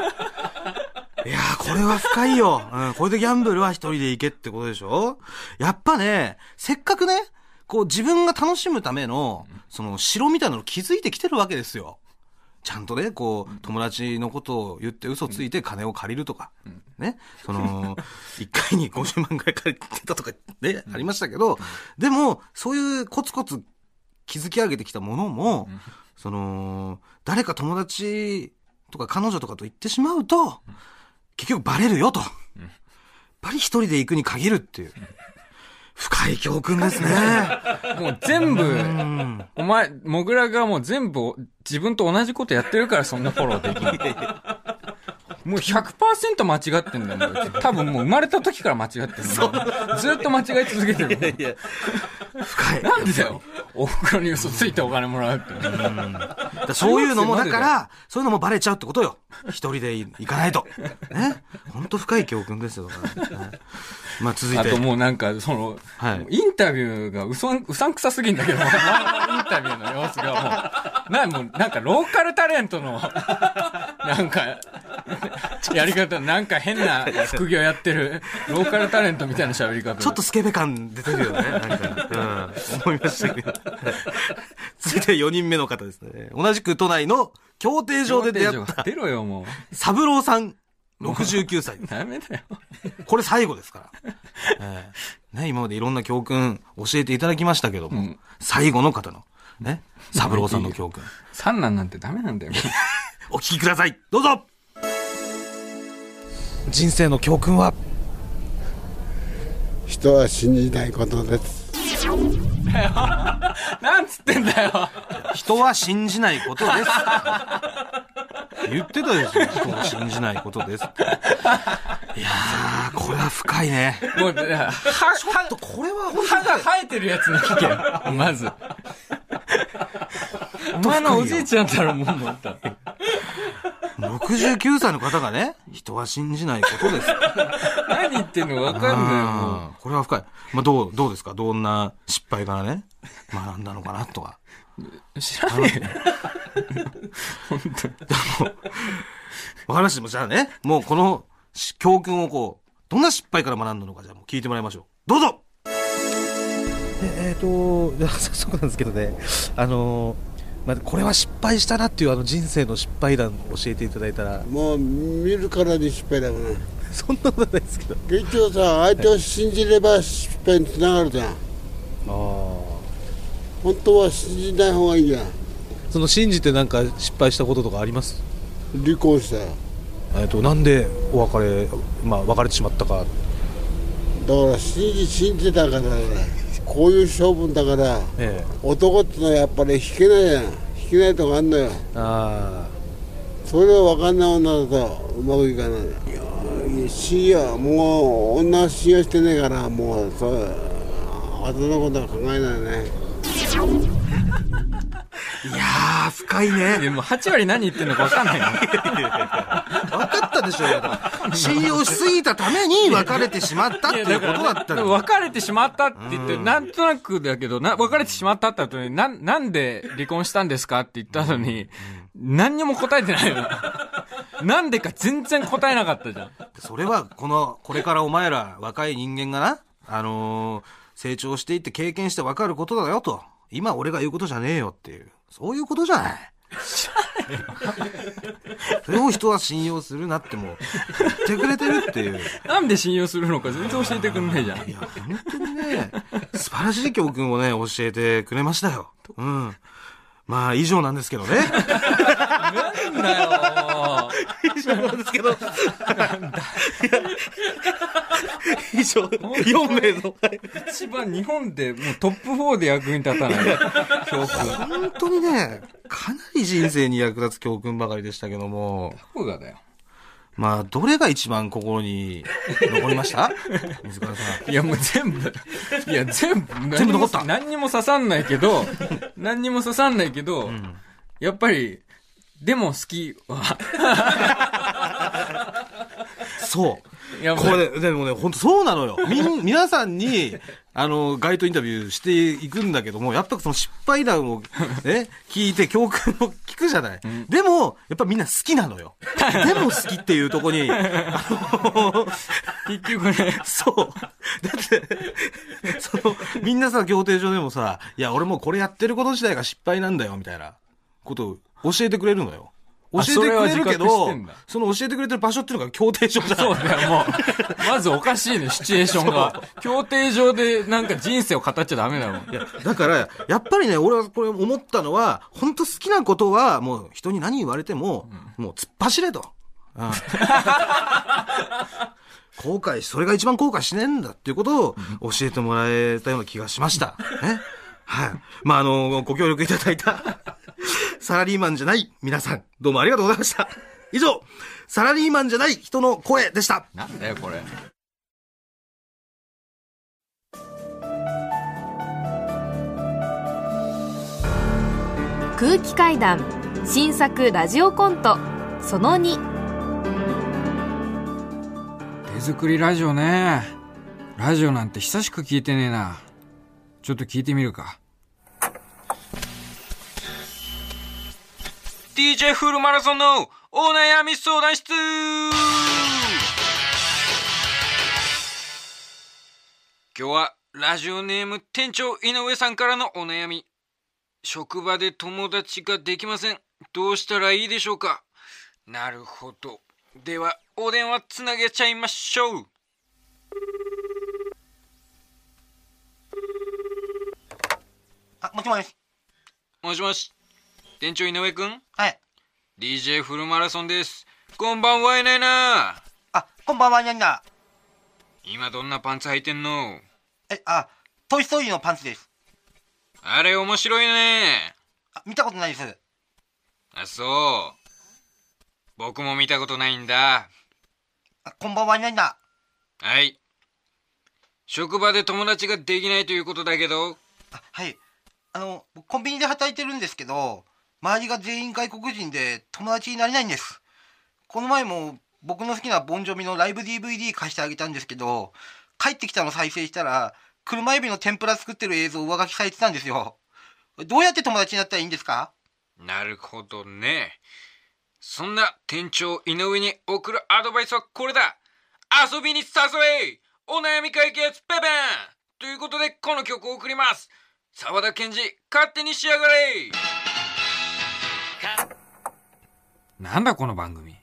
D: いやー、これは深いよ。うん、これでギャンブルは一人で行けってことでしょやっぱね、せっかくね、こう自分が楽しむための、その城みたいなの気づいてきてるわけですよ。ちゃんとね、こう、友達のことを言って嘘ついて金を借りるとか、ね。その、一回に50万くらい借りてたとか、ね、ありましたけど、でも、そういうコツコツ築き上げてきたものも、その、誰か友達とか彼女とかと言ってしまうと、結局バレるよと。やっぱり一人で行くに限るっていう。深い教訓ですね。
C: もう全部、
D: うん。
C: お前、モグラがもう全部自分と同じことやってるからそんなフォローできる。もう100%間違ってんだもん。うち多分もう生まれた時から間違ってんだもん。ずっと間違い続けてるもん。深い。なんでだよ。お袋に嘘ついてお金もらうって。
D: だそういうのも、だから、そういうのもバレちゃうってことよ。一人で行かないと。ね。本当深い教訓ですよ。だからねまあ続いて。
C: あともうなんか、その、インタビューがうそん、うさんくさすぎんだけど、 (laughs) 前のインタビューの様子がもう、なんもうなんかローカルタレントの、 (laughs) なんか、 (laughs) やり方、なんか変な副業やってる、ローカルタレントみたいな喋り方。
D: ちょっとスケベ感出てるよね。なんか、うん。思いまし
C: (laughs)
D: たけど。続いて4人目の方ですね。同じく都内の競艇場で出会った。
C: 出ろよ、も
D: う。三郎さん、69歳。
C: ダメだよ。
D: これ最後ですから。ええね、今までいろんな教訓教えていただきましたけども、最後の方の、ね、三郎さんの教訓。
C: 三男なんてダメなんだよ。
D: (laughs) お聞きください。どうぞ
H: 人生の教訓は
K: 人は信じないことです
C: なんつってんだよ。
D: 人は信じないことです。言ってたでしょ。人は信じないことですって。いやー、これは深いね。
C: もう、だから
D: ちょっとこれは
C: 歯が生えてるやつに聞け。まず。お前のおじいちゃんたらもんだった。
D: 69歳の方がね、人は信じないことです。
C: 何言ってんのわかんないもう。
D: うんこれは深い。まあ、どう、どうですかどんな失敗からね、学んだのかなとか。 (laughs)
C: 知らねえよ。
D: わかりました。じゃあね、もうこのし教訓をこう、どんな失敗から学んだのか、じゃあもう聞いてもらいましょう。どうぞ
H: えっ、と (laughs) じゃあ早速なんですけどねあのーまあ、これは失敗したなっていうあの人生の失敗談を教えていただいたら
K: もう見るからに失敗だもんね
H: そんなことないですけど
K: 結局さ相手を信じれば失敗につながるじゃん、本当は信じない方がいいじゃん
H: その信じてなんか失敗したこととかあります
K: 離婚したよ
H: えっ、となんでお別れまあ別れてしまったか
K: だから信じ信じてたからねこういう性分だから
H: え
K: 男ってのはやっぱり引けないやん引けないとこあんのよ
H: えあ
K: それが分かんない女だとうまくいかないいやいや信用もう女は信用してねえからもうそう後のことは考えないね
D: いやー、深いね。
C: いや、もう8割何言ってんのかわかんないの。
D: 分かったでしょうよ。信用しすぎたために別れてしまったっていうことだった
C: で
D: の
C: も別れてしまったって言って、なんとなくだけど、な、別れてしまったって後に、なん、なんで離婚したんですかって言ったのに、何にも答えてないの。なんでか全然答えなかったじゃん。
D: それは、この、これからお前ら若い人間がな、あのー成長していって経験して分かることだよと。今俺が言うことじゃねえよっていう。そういうことじ
C: (laughs)
D: ゃない。それを人は信用するなってもう言ってくれてるっていう。
C: なんで信用するのか全然教えてくんないじゃん。
D: いや、本当にね、素晴らしい教訓をね、教えてくれましたよ。うん。まあ、以上なんですけどね。
C: なんだよ。
D: 以上なんですけど。いや以上、4名の。
C: 一番日本でもうトップ4で役に立たない。教訓。
D: 本当にね、かなり人生に役立つ教訓ばかりでしたけども、
C: そうだよ。
D: まあ、どれが一番心に残りました (laughs) 水川さん。
C: いや、もう全部、いや、全部、
D: 全部残っ
C: 何
D: た
C: にも何にも刺さんないけど、何にも刺さんないけど、やっぱり、でも好きは、
D: そう。
C: いや、もう
D: これ、でもね、本当そうなのよ。みん、皆さんに、あの、街頭インタビューしていくんだけども、やっぱその失敗談を、ね、聞いて教訓を聞くじゃない。でも、やっぱみんな好きなの (laughs) よ。でも好きっていうとこに、あの、
C: 結局ね、
D: (laughs) そう。だって、その、みんなさ、協定上でもさ、いや、俺もうこれやってること自体が失敗なんだよ、みたいなことを教えてくれるのよ。教
C: あ
D: えてくれる
C: それ
D: け
C: は自覚し
D: ど
C: てんだ、
D: その教えてくれてる場所っていうのが協定上じゃない
C: そうだよ、もう。まずおかしいね、シチュエーションが。協定上でなんか人生を語っちゃダメだもん。
D: いや、だから、やっぱりね、俺はこれ思ったのは、本当好きなことは、もう人に何言われても、もう突っ走れと。うん (laughs) 後悔し、それが一番後悔しねえんだっていうことを教えてもらえたような気がしました。ね。はい。まあ、あの、ご協力いただいた、サラリーマンじゃない皆さん、どうもありがとうございました。以上、サラリーマンじゃない人の声でした。
C: なんだよ、これ。
B: 空気階段新作ラジオコントその2
C: 手作りラジオね。ラジオなんて久しく聞いてねえな。ちょっと聞いてみるか。DJ フルマラソンのお悩み相談室今日はラジオネーム店長井上さんからのお悩み。職場で友達ができません。どうしたらいいでしょうかなるほど。では、お電話つなげちゃいましょう。
L: あ、もしもし。
C: もしもし。店長井上くん
L: はい。
C: DJ フルマラソンです。こんばんはいないな
L: あ、こんばんはいないな。
C: 今どんなパンツ履いてんの
L: え、あ、トイ・ストーリーのパンツです。
C: あれ面白いね。
L: あ見たことないです。
C: あ、そう。僕も見たことないんだ。
L: あこんばんはいないな。
C: はい。職場で友達ができないということだけど、
L: あはい。あの、僕コンビニで働いてるんですけど、周りが全員外国人で友達になれないんです。この前も僕の好きなボンジョビのライブ DVD 貸してあげたんですけど、帰ってきたの再生したら、車エビの天ぷら作ってる映像を上書きされてたんですよ。どうやって友達になったらいいんですか
C: なるほどね。そんな店長井上に送るアドバイスはこれだ遊びに誘えお悩み解決ペペンということでこの曲を送ります沢田研二勝手にしやがれなんだこの番組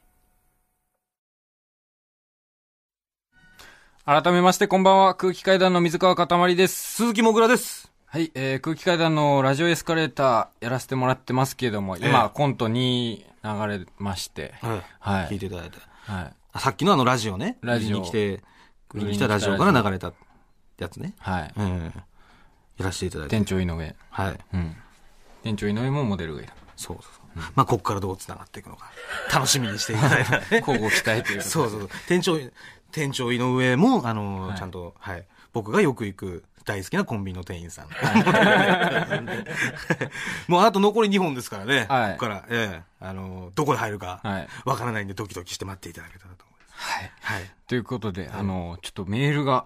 C: 改めましてこんばんは空気階段の水川かたまりです鈴木もぐらですはい、えー、空気階段のラジオエスカレーターやらせてもらってますけれども、
D: ええ
C: 今コントに流れまして、
D: はい。
C: はい
D: 聞いていただいて。
C: はい
D: あさっきのあのラジオね。
C: ラジオ
D: 売りに来て、売りに来たラジオから流れたやつね。
C: はい。
D: うん。やらせていただいて。
C: 店長井上
D: はい。
C: うん。店長井上もモデルがいる。
D: そうそうそう。まあ、ここからどう繋がっていくのか。楽しみにしていただいた
C: (laughs)
D: ね。
C: 交互期待ということで
D: そうそうそう。店長、店長井上も、あのーちゃんと、はい。僕がよく行く大好きなコンビニの店員さん。 (laughs) もうあと残り2本ですからね。
C: はい
D: ここから、ええあのーどこで入るか、わからないんでドキドキして待っていただけたらと思います。
C: はい。
D: はい。
C: ということで、あの、ちょっとメールが、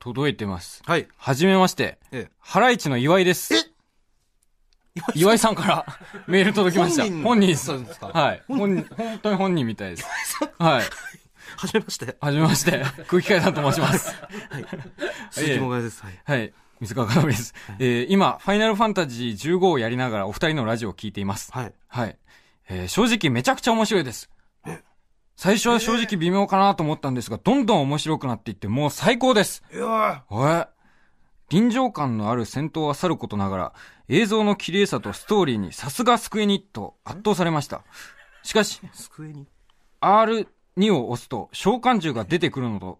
C: 届いてます。
D: はい。
C: はじめまして、
D: ええ
C: ハライチの岩井です。岩井さんからメール届きました。
D: 本人
C: 本人
D: そうですか
C: はい。本人、本当に本人みたいです。はい。
D: はじめまして。
C: はじめまして。空気階段と申します。
D: はい。鈴木もぐらですはい
C: はい。水川かなめです。えー今、ファイナルファンタジー15をやりながらお二人のラジオを聞いています。
D: はい。
C: はい。えー正直めちゃくちゃ面白いです。最初は正直微妙かなと思ったんですが、どんどん面白くなっていって、もう最高です。
A: いや
C: え臨場感のある戦闘はさることながら、映像の綺麗さとストーリーにさすがスクエニと圧倒されました。しかし、
D: 机に。
C: R2 を押すと召喚獣が出てくるのと、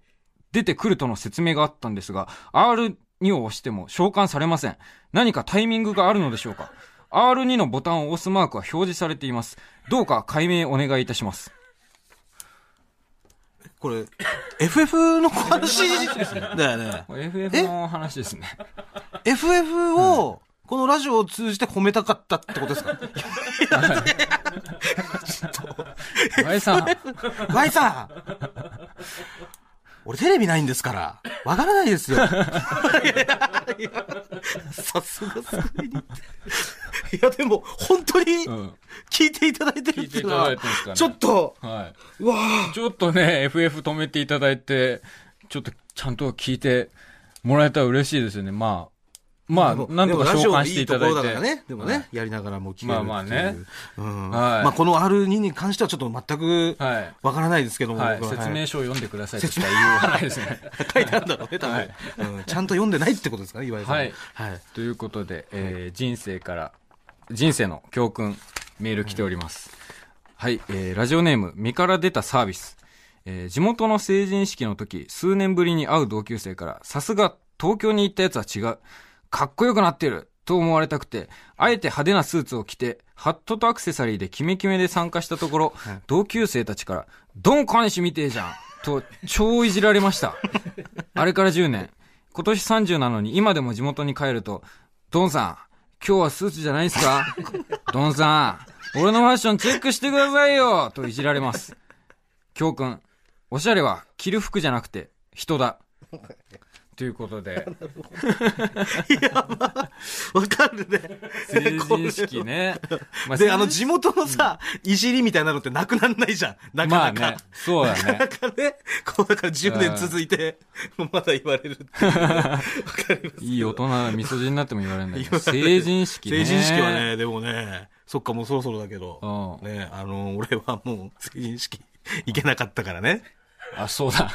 C: 出てくるとの説明があったんですが、R2 を押しても召喚されません。何かタイミングがあるのでしょうか ?R2 のボタンを押すマークは表示されています。どうか解明お願いいたします。
D: これ、FF の話だよね。
C: FF の話ですね。
D: FF を、このラジオを通じて褒めたかったってことですか
C: ワイさん。
D: ワイさん俺テレビないんですから。わからないですよ。いやいやさすがすごいに。いや、でも、本当に、聞いていただいてるっていうのは、ちょっと、
C: はい。
D: わ
C: ちょっとね、FF 止めていただいて、ちょっとちゃんと聞いてもらえたら嬉しいですよね。まあ、まあ、
D: でも
C: なんとか
D: でもラジ
C: 召
D: オ
C: 喚していただいて。
D: いいところだからねでもね
C: はい
D: やりながらも聞ける
C: まあまあね
D: っていう。うん
C: はい
D: まあ、この R2 に関してはちょっと全く、わからないですけども、
C: はい
D: 僕
C: 説明書を読んでくださいとしか言
D: 説
C: い
D: 明
C: ようがないですね。
D: (laughs) 書いてあるんだろうね、多分、
C: はい
D: うんちゃんと読んでないってことですかね、いわゆる。
C: はい。 (laughs) ということで、えー人生から、人生の教訓、メール来ております。はい、えーラジオネーム、身から出たサービス。えー地元の成人式の時、数年ぶりに会う同級生から、さすが東京に行ったやつは違う。かっこよくなってると思われたくて、あえて派手なスーツを着て、ハットとアクセサリーでキメキメで参加したところ、同級生たちから、ドン小西みてえじゃんと、超いじられました。あれから10年。今年30なのに今でも地元に帰ると、ドンさん、今日はスーツじゃないですか (laughs) ドンさん、俺のファッションチェックしてくださいよといじられます。教訓、おしゃれは着る服じゃなくて人だ。ということで。
D: やば。わかるね。
C: 成人式ね。まあ
D: で、あの、地元のさ、いじりみたいなのってなくなんないじゃん。なかなか。
C: まあねそうだね
D: (laughs) なかなかね、こう、だから10年続いて、もうまだ言われるっていうね。わかります。
C: いい大人、味噌汁になっても言われるんだけど、
D: 言われる
C: 成人式ね。
D: (laughs) 成人式はね、でもね、そっか、もうそろそろだけど、ね、あの、俺はもう成人式行けなかったからね。
C: あ、そうだ。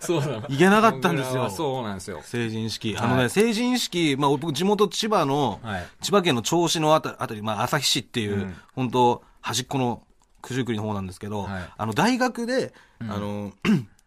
C: そうだ。
D: 行けなかったんです
C: 僕ら
D: よ。
C: はそうなんですよ。
D: 成人式。
C: はい
D: あのね、成人式、まあ僕地元千葉の、千葉県の銚子のあたあたり、まあ旭市ってい
C: う
D: う、
C: ん
D: 本当端っこの九十九里の方なんですけど、あの大学で、
C: うん
D: あの、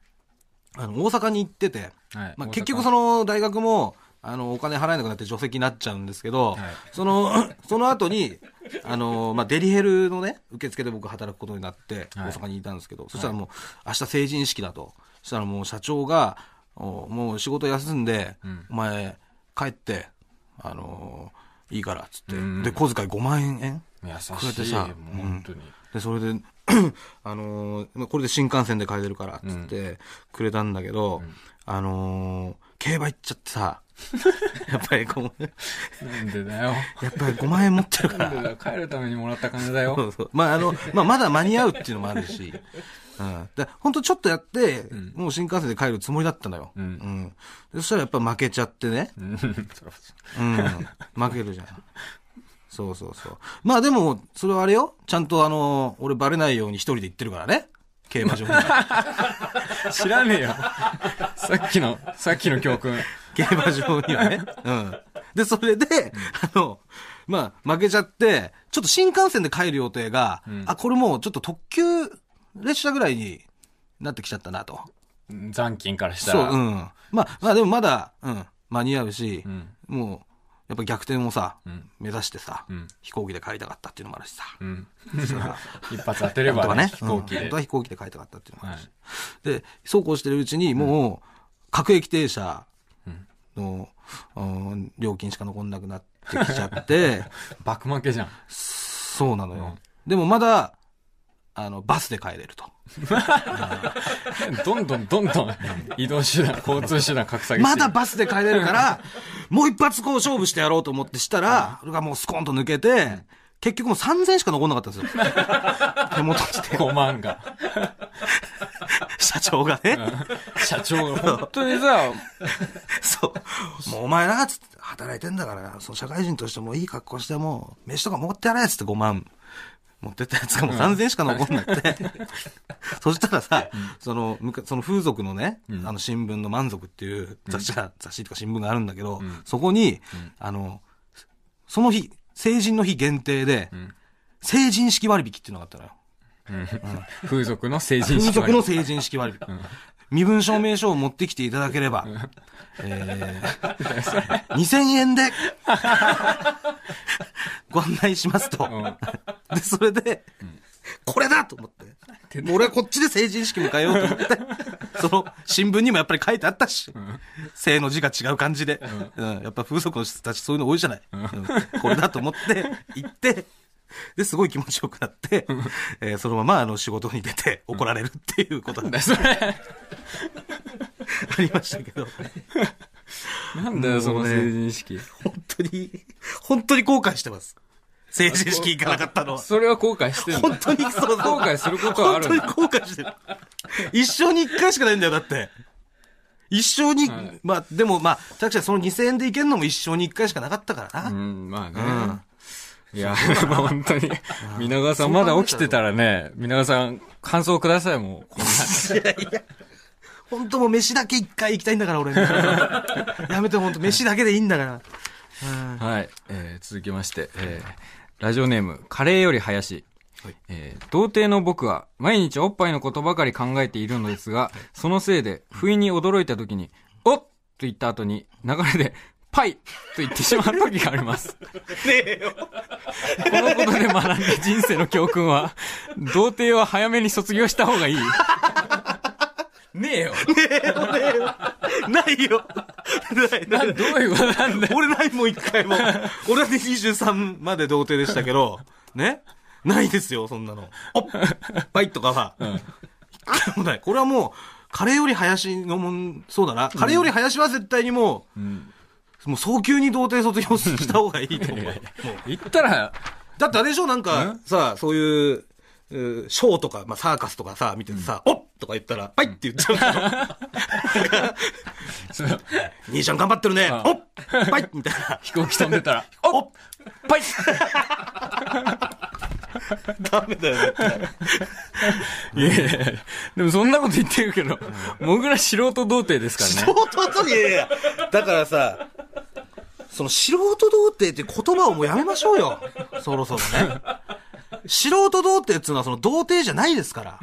D: (clears throat) あの大阪に行ってて、
C: はい
D: まあ
C: 大阪
D: 結局その大学も、あの、お金払えなくなって除籍になっちゃうんですけど、その、 (coughs) その後に、あの、まあ、デリヘルのね、受付で僕働くことになって、
C: はい
D: 大阪にいたんですけど、そしたらもう、明日成人式だと。そしたらもう社長が、おもう仕事休んで、お前、帰って、あのいいから、っつって。で、小遣い5万円
C: 優しい
D: くれてさ、
C: もう本当に
D: で、それで、 (coughs) あのーまあこれで新幹線で帰れるから、つって、くれたんだけど、あのー競馬行っちゃって (laughs) さ、やっぱりこう、
C: なんで
D: (laughs)
C: だよ。
D: やっぱり5万円持ってるから。
C: なんでだよ帰るためにもらった金だよ。
D: そうそうまあ、 (laughs) あの、まあ、まだ間に合うっていうのもあるし、うん。で、本当ちょっとやって、もう新幹線で帰るつもりだったのよ。うん。でそしたらやっぱ負けちゃってね。うん。負けるじゃん。そうそうそう。まあでも、それはあれよ。ちゃんとあの、俺バレないように一人で行ってるからね。競馬場に。 (laughs)
C: 知らねえよ。さっきの、さっきの教訓。
D: 競馬場にはね。うん。で、それで、あの、まあ、負けちゃって、ちょっと新幹線で帰る予定が、あ、これもうちょっと特急列車ぐらいになってきちゃったなと。
C: 残金からした
D: そう、
C: ら。
D: うん。まあ、まあでもまだ、うん、間に合うし、もう、やっぱ逆転をさ、目指してさ、飛行機で帰りたかったっていうのもあるしさ。
C: うん
D: さ
C: 一発当てればね
D: なんと
C: 飛
D: かね
C: 行機で
D: うん本当は飛行機で帰りたかったっていうのもあるし。で、そうこうしてるうちに、もう、各駅停車の、うん料金しか残んなくなってきちゃ
C: (laughs)
D: って。
C: 爆負けじゃん。
D: そうなのよ。でもまだ、あの、バスで帰れると。
C: どんどんどんどん移動手段、
D: (laughs)
C: 交通手段格下げして
D: ま
C: る
D: だバスで帰れるから、もう一発こう勝負してやろうと思ってしたら、それがもうスコーンと抜けて、結局もう3000しか残んなかったんですよ。手元にして。
C: 5万が。
D: 社長がね。
C: 社
D: (laughs)
C: 長が本当に
D: さ、そう。もうお前らっつって働いてんだから、その社会人としてもいい格好してもう、飯とか持ってやれっつって5万。持ってったやつがもう3000しか残んな (laughs) くて。そしたらさ、その、むかその風俗のね、あの新聞の満足っていう雑誌が、雑誌とか新聞があるんだけど、そこに、あの、その日、成人の日限定で、成人式割引っていうのがあったのよ。
C: 風俗の成人式。
D: 風俗の成人式割引。身分証明書を持ってきていただければ、えー、2000円で、ご案内しますと。で、それで、これだと思って。もう俺はこっちで成人式迎えようと思って。その新聞にもやっぱり書いてあったし、性の字が違う感じで、うんやっぱ風俗の人たちそういうの多いじゃない。うんこれだと思って、行って、で、すごい気持ちよくなって、えーそのままあの仕事に出て怒られるっていうことなんです。 (laughs) ありましたけど。
C: なんだよ、その成人式。
D: 本当に、本当に後悔してます。成人式行かなかったのは。
C: それは後悔してる。
D: 本当にそうだ
C: 後悔することはあるんだ
D: 本当に後悔してる。一生に一回しかないんだよ、だって。一生に、まあ、でもまあ、確かにその2000円で行けるのも一生に一回しかなかったからな。
C: うん、まあね。
D: うん
C: いや
D: そうだ、な
C: まあ本当に。皆川さん、まだ起きてたらね、皆川さん、感想ください、もう。こんな
D: 本当もう飯だけ一回行きたいん
C: (laughs)
D: だから、俺。やめて、本当飯だけでいいんだから。うん
C: はい、えー続きまして、えーラジオネーム、カレーより林。えー童貞の僕は毎日おっぱいのことばかり考えているのですが、そのせいで、不意に驚いた時に、おっと言った後に、流れで、パイと言ってしまう時があります。
D: ねえよ。
C: このことで学んだ人生の教訓は、童貞は早めに卒業した方がいい。ねえよ。
D: (laughs) ねえよ、ねえよ。ないよ。ない
C: などういうことなんだ
D: 俺ないもん、一回も。俺は23まで童貞でしたけ (laughs) ど、ねないですよ、そんなの。おっバイとかは。一回もない。これはもう、カレーより林のもん、そうだな。カレーより林は絶対にもう、もう早急に童貞卒業した方がいいと思う。
C: 言ったら、
D: だってあれでしょなんか、さ、そういう、うーショーとか、まあ、サーカスとかさ、見ててさ、おっとか言ったら、はいって言っちゃうじゃん兄ちゃん頑張ってるね、おっはいみたいな。
C: 飛行機飛んでたら、
D: おっ
C: はい
D: ダメだよ、絶対
C: いやいやいやでもそんなこと言ってるけど、もぐら素人童貞ですからね。
D: (laughs) 相当といやいやだからさ、その素人童貞って言葉をもうやめましょうよ。そろそろね。素人童貞っていうのはその童貞じゃないですから。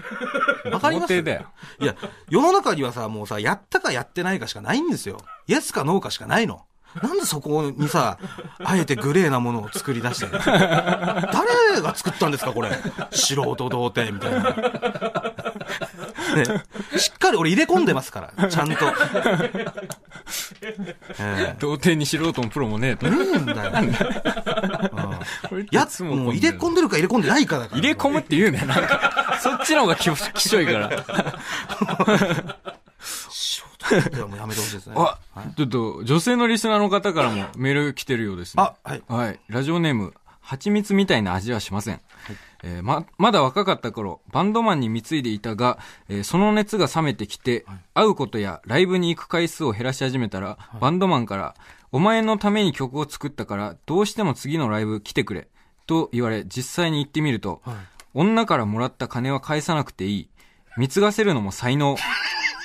D: わかります
C: 童貞だよ。
D: いや、世の中にはさ、もうさ、やったかやってないかしかないんですよ。イエスかノーかしかないの。なんでそこにさ、あえてグレーなものを作り出してるの誰が作ったんですか、これ。素人童貞みたいな。ね、しっかり俺入れ込んでますから、ちゃんと。え
C: 童貞に素人もプロもねえと。
D: ねえんだよ
C: なんだようん
D: やつも入れ込んでるか入れ込んでないかだから。
C: 入れ込むって言うね。なんか、そっちの方がききしょいから。
D: えではもうやめてほしいですね。
C: あ、ちょっと、女性のリスナーの方からもメール来てるようですね。あ、
D: はい。
C: はい。ラジオネーム、蜂蜜みたいな味はしません。えーま、まだ若かった頃、バンドマンに貢いでいたが、えーその熱が冷めてきて、会うことやライブに行く回数を減らし始めたら、バンドマンから、お前のために曲を作ったから、どうしても次のライブ来てくれ、と言われ、実際に行ってみると、女からもらった金は返さなくていい。貢がせるのも才 (laughs) 能。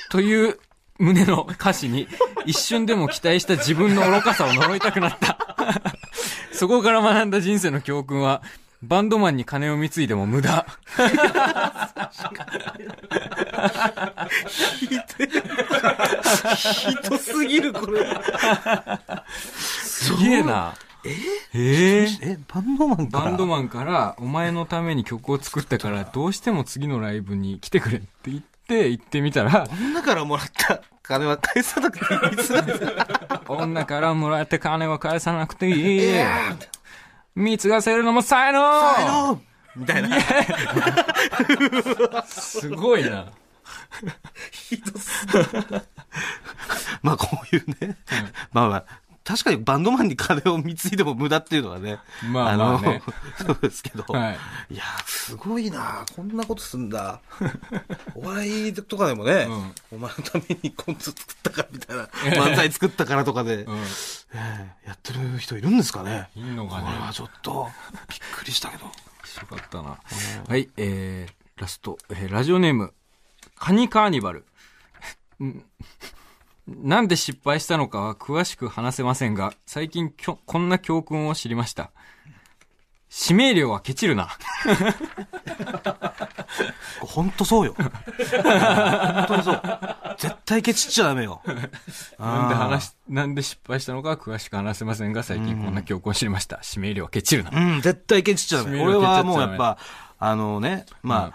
C: という胸の歌詞に、一瞬でも期待した自分の愚かさを呪いたくなった。そこから学んだ人生の教訓は、バンドマンに金を貢いでも無駄。
D: ひどすぎる、これ。
C: すげえな。ええ
D: バンドマン
C: からバンドマンから、お前のために曲を作ったから、どうしても次のライブに来てくれって言って、行ってみたら、
D: 女からもらった金は返さなくていいです。
C: 女からもらって金は返さなくていい。貢がせるのも才能才能
D: みたいな。
C: すごいな。
D: まあこういうね、まあまあ、確かにバンドマンに金を貢いでも無駄っていうのはね、
C: まあまあね
D: の、 (laughs) そうですけど、、
C: はい
D: やー、すごいなこんなことすんだ。 (laughs) お笑いとかでもね、お前のためにコント作ったからみたいな、漫才作ったからとかで、ええやってる人いるんですかね。
C: いんのかね
D: これはちょっと、びっくりしたけど。
C: よかったな。はい、えー、ラスト、えーラジオネーム、カニカーニバル。 (laughs) んなんで失敗したのかは詳しく話せませんが、最近きょこんな教訓を知りました。指名料はケチるな。
D: ほんとそうよ。本当にそう。絶対ケチっちゃダメよ。
C: (laughs) なんで話し、なんで失敗したのかは詳しく話せませんが、最近こんな教訓を知りました。指名料はケチるな。
D: うん、絶対ケチっちゃダ
C: 締
D: メ。
C: め
D: 俺
C: るの
D: は
C: ケチっ
D: もう
C: ちゃ
D: や
C: ダメ
D: っぱ、あのね、ま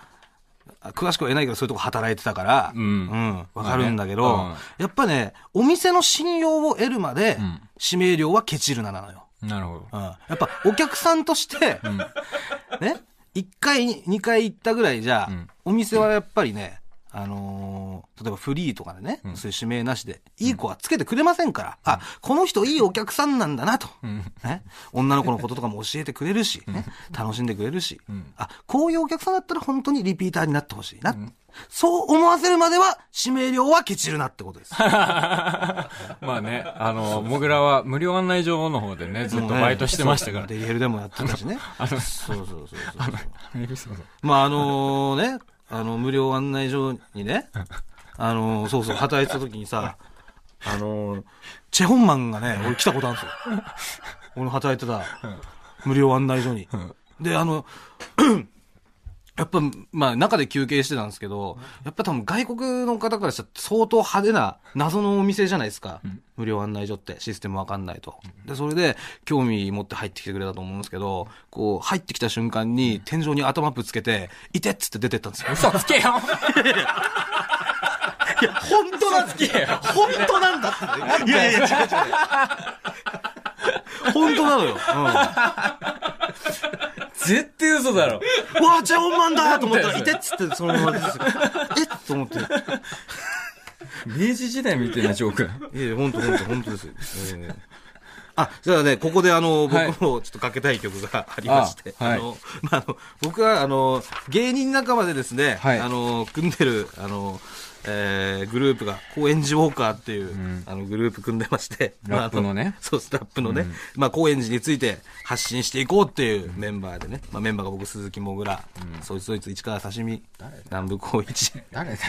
D: あ、詳しくは言えないけど、そういうとこ働いてたから、うんん、わかるんだけど、
C: まあね
D: やっぱね、お店の信用を得るまで、
C: ん
D: 指名料はケチるななのよ。
C: なるほど。
D: うん。やっぱ、お客さんとして、ね、1回、2回行ったぐらいじゃ、お店はやっぱりね、あのー例えばフリーとかでね、そういう指名なしで、いい子はつけてくれませんから、あ、この人いいお客さんなんだなと、ね、女の子のこととかも教えてくれるし、ね、楽しんでくれるし、あ、こういうお客さんだったら本当にリピーターになってほしいな。そう思わせるまでは、指名料はケチるなってことです。
C: まあね、あの、もぐらは無料案内所の方でね、ずっとバイトしてましたから。
D: デリヘルでもやってたしね。
C: あの、
D: そうそうそうそうそう。
C: そうそう
D: まああのね、あの無料案内所にね、あのそうそう、働いてた時にさ、あのチェ・ホンマンがね、俺来たことあるんですよ。俺の働いてた無料案内所に。で、あの、 (clears throat) やっぱ、まあ、中で休憩してたんですけど、やっぱ多分外国の方からしたら相当派手な謎のお店じゃないですか。無料案内所ってシステムわかんないと。で、それで興味持って入ってきてくれたと思うんですけど、こう、入ってきた瞬間に天井に頭ぶつけて、いてっつって出てったんですよ。嘘つけよいや、 (laughs) 本当なんだって。 (laughs) 本当なんだって。いやいや、違う違う。 (laughs) 本当なのよ。
M: 絶対嘘だろ。
D: わあ、ジャオマンだと思ったら、
M: なん
D: (laughs) い
M: だ
D: て
M: よ
D: っつって、そのままです。えっと思って。
C: 明治時代みたいなジョーク。
D: いやいや、本当本当本当ですよ。えー (laughs) あ、じゃあね、ここであの、僕もちょっとかけたい曲がありまして、
C: あはい
D: あの、まあ、あの、僕はあの、芸人仲間でですね、あの、組んでる、あの、えーグループが、高円寺ウォーカーっていう、あの、グループ組んでまして、
C: ラップのね
D: まああそうです、ラップのね、まあ、高円寺について発信していこうっていうメンバーでね、まあ、メンバーが僕、鈴木もぐら、そいつそいつ、市川刺身、南部光一。
C: 誰だよ。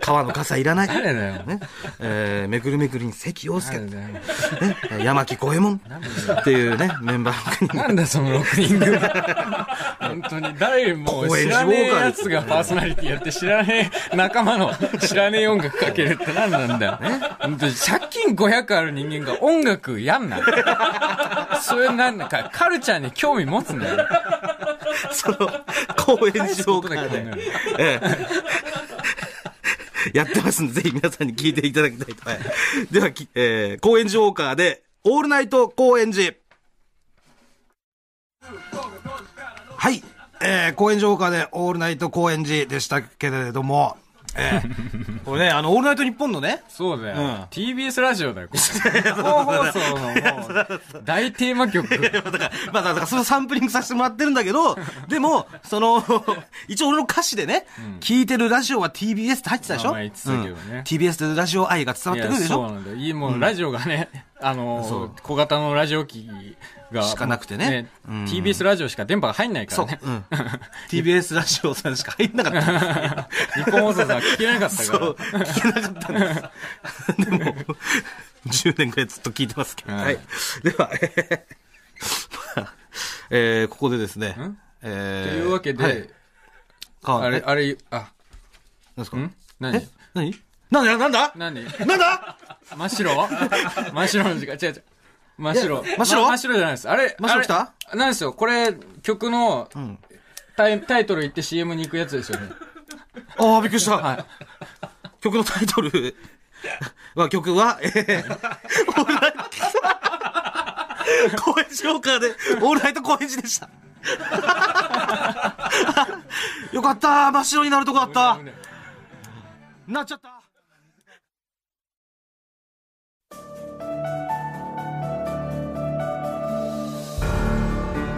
D: 川の傘いらない。
C: 誰だよ
D: ね。えーめくるめくりに関陽介。ね。山木五右衛門。っていうね、メンバーの
C: なんだその6人組。本当に誰よりも
D: 高
C: 知
D: 円寺
C: ら
D: ウォ
C: ねえ
D: ーカー
C: や
D: です
C: つがパーソナリティやって知らねえ仲間の知らねえ音楽かけるって何なんだよ。本当に借金500ある人間が音楽やんな。それなんだかカルチャーに興味持つんだよ。
D: その、高円寺ウォーカーで。ええ (laughs) やってますんで、ぜひ皆さんに聞いていただきたいと。はいでは、きえー、高円寺ウォーカーで、オールナイト高円寺。はい。えー、高円寺ウォーカーで、オールナイト高円寺でしたけれども、え
C: (laughs)
D: ー、これね、あの、オールナイト日本のね、 (laughs)
C: そうだよ。
D: うん
C: TBS ラジオだよ、こ (laughs) れ。本放送のもう、大テーマ曲。
D: まあ、だからそのサンプリングさせてもらってるんだけど、でも、その、 (laughs) 一応俺の歌詞でね、聞いてるラジオは TBS って入ってたでしょ、
C: まあ言ってたけどね
D: うん ?TBS でラジオ愛が伝わってくるでしょ
C: いやそうなんだよ。いいもう、
D: うん
C: ラジオがね、あ
D: そう
C: の、小型のラジオ機が。
D: しかなくてねうん
C: TBS ラジオしか電波が入んないからね。 (laughs)
D: TBS ラジオさんしか入んなかった。
C: 日本放送さん聞けなかったから
D: そう、聞けなかったん
C: (laughs)
D: です。でも、10年くらいずっと聞いてますけど。はい。では、 (laughs) えーまあえーここでですね。えー
C: というわけで
D: はい
C: あれ、あれ、あ、
D: なんすか
C: 何
D: え何なんだなんだ
C: 何
D: なんだ
C: 真っ (laughs) 白真っ白の時間、違う違う。真っ白。
D: いや真っ白
C: ま真っ白じゃないです。あれ、
D: 真っ白来た
C: あれなんですよ。これ、曲のタイタイトル言って CM に行くやつですよね。
D: ああ、びっくりした。曲のタイトル (laughs) は、曲は、えー、高円寺ウォーカーで、オールナイト高円寺でした。 (laughs) よかった、真っ白になるとこだった。なっちゃった。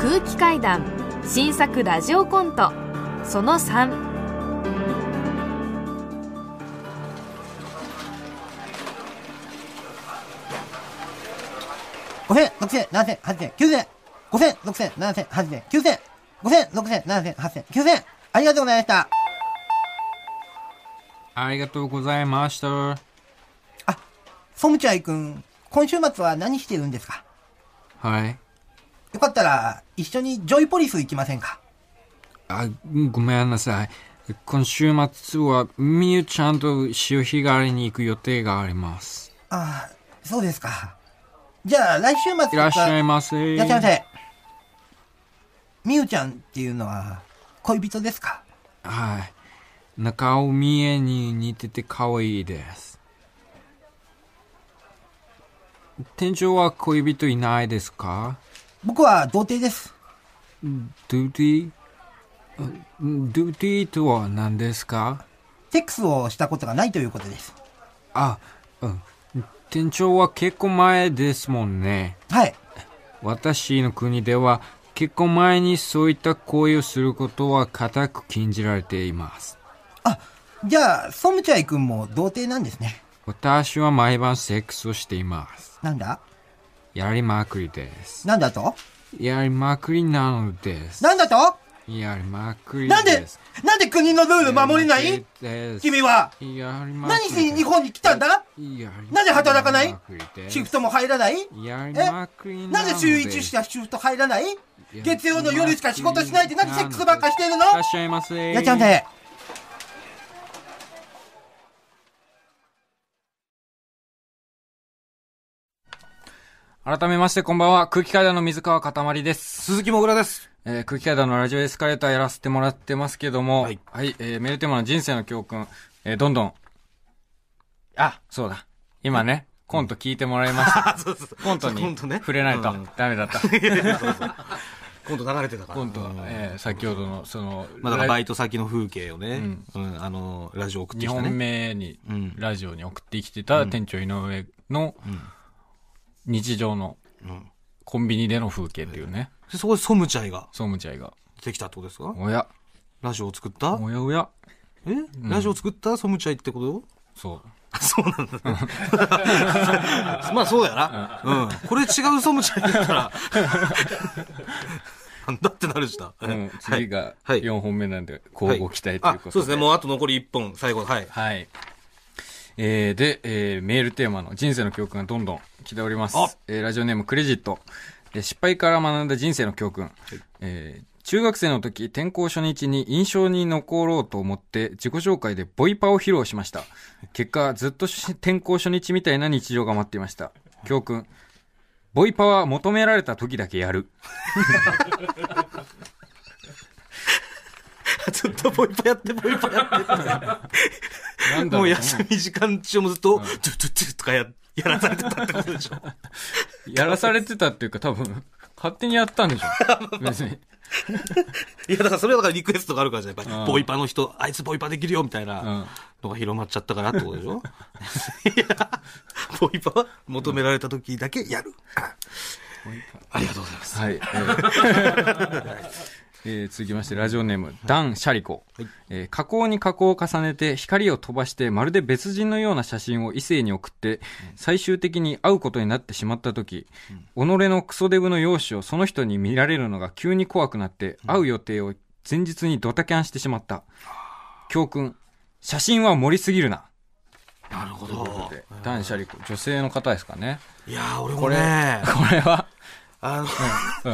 B: 空気階段新作ラジオコントその3
E: 五千、六千、七千、八千、九千。五千、六千、七千、八千、九千。五千、六千、七千、八千、九千。ありがとうございました。
C: ありがとうございました。
E: ソムチャイ君、今週末は何してるんですか
C: はい。
E: よかったら、一緒にジョイポリス行きませんか
C: あ、ごめんなさい。今週末は、みゆちゃんと潮干狩りに行く予定があります。
E: ああ、そうですか。じゃあ、来週末とか
C: いらっしゃいませ。
E: いらっしゃいませ。みゆちゃんっていうのは、恋人ですか
C: はい。中尾美恵に似てて可愛いです。店長は恋人いないですか
E: 僕は童貞です。
C: ドゥーティーあドゥーティーとは何ですか
E: セックスをしたことがないということです。
C: あ、うん。店長は結婚前ですもんね。
E: はい。
C: 私の国では結婚前にそういった行為をすることは固く禁じられています。
E: じゃあ、ソムチャイ君も童貞なんですね。
C: 私は毎晩セックスをしています。
E: なんだ
C: やりまくりです。
E: なんだと
C: やりまくりなのです。
E: なんだと
C: やりまくり
E: なんで
C: す。、
E: なんで国のルール守れない
C: です
E: 君は
C: やりま
E: 何
C: くり
E: しに日本に来たんだ
C: やり
E: なぜ働かない
C: まくりです
E: シフトも入らない
C: やり
E: え
C: まくりなの
E: な
C: です
E: ぜ週一しかシフト入らない月曜の夜しか仕事しないでなんでセックスばっかしてるの
C: いらっしゃいませ。
E: やっちゃんで。
C: 改めましてこんばんは、空気階段の水川かたまりです。鈴木もぐらです。えー空気階段のラジオエスカレーターやらせてもらってますけども、はい、えーメールテーマの人生の教訓、えーどんどん。あ、そうだ。今ね、コント聞いてもらい
D: (laughs)
C: ました。
D: そうそうそう
C: コント
D: コ
C: に
D: ントね
C: 触れないと
D: うん
C: ダメだった。
D: コント流れてたから。
C: コントは、えー先ほどの、その、
D: まあ、だからバイト先の風景をね、うんあの、ラジオ送って
C: 2
D: きたね。
C: 本目に、ラジオに送ってきてた店長井上の日常のコンビニでの風景っていうね。
D: そこでソムチャイが。
C: ソムチャイが。
D: 出てきたってことですか
C: おや。
D: ラジオを作った
C: おやおや。
D: え、ラジオ作ったソムチャイってこと
C: (laughs) そう。
D: そうなんだ。 (laughs) まあそうだよな。うん。これ違うソムチャイだったら、なんだってなるした。
C: うん次が4本目なんで、交互期待ということ
D: あそうですね。もうあと残り1本、最後。はい。 (laughs)
C: はい。えーで、えーメールテーマの人生の教訓がどんどん来ております。えーラジオネームクレジット。えー失敗から学んだ人生の教訓。えー中学生の時、転校初日に印象に残ろうと思って、自己紹介でボイパを披露しました。結果、ずっとし転校初日みたいな日常が待っていました。教訓。ボイパは求められた時だけやる。
D: ずっとボイパやって、ボイパやっ
C: な
D: て。
C: んだろうね
D: もう休み時間中もずっと、トゥトゥトゥとかや、やらされてたってことでしょ。
C: やらされてたっていうか多分、勝手にやったんでしょ。別に。
D: いや、だからそれはだからリクエストがあるからじゃんやっぱり
C: うん
D: ボイパの人、あいつボイパできるよ、みたいなのが広まっちゃったからってことでしょ
C: (laughs)
D: いや、ボイパは求められた時だけやる。ありがとうございます。
C: はい。えーえー続きまして、ラジオネーム、ダン・シャリコ。えー加工に加工を重ねて、光を飛ばして、まるで別人のような写真を異性に送って、最終的に会うことになってしまったとき、己のクソデブの容姿をその人に見られるのが急に怖くなって、会う予定を前日にドタキャンしてしまった。教訓、写真は盛りすぎるな。
D: なるほ
C: ど。ダン・シャリコ、女性の方ですかね。
D: いやー、俺
C: こ
D: も
C: れ
D: ね。
C: これは。
D: あの、
C: う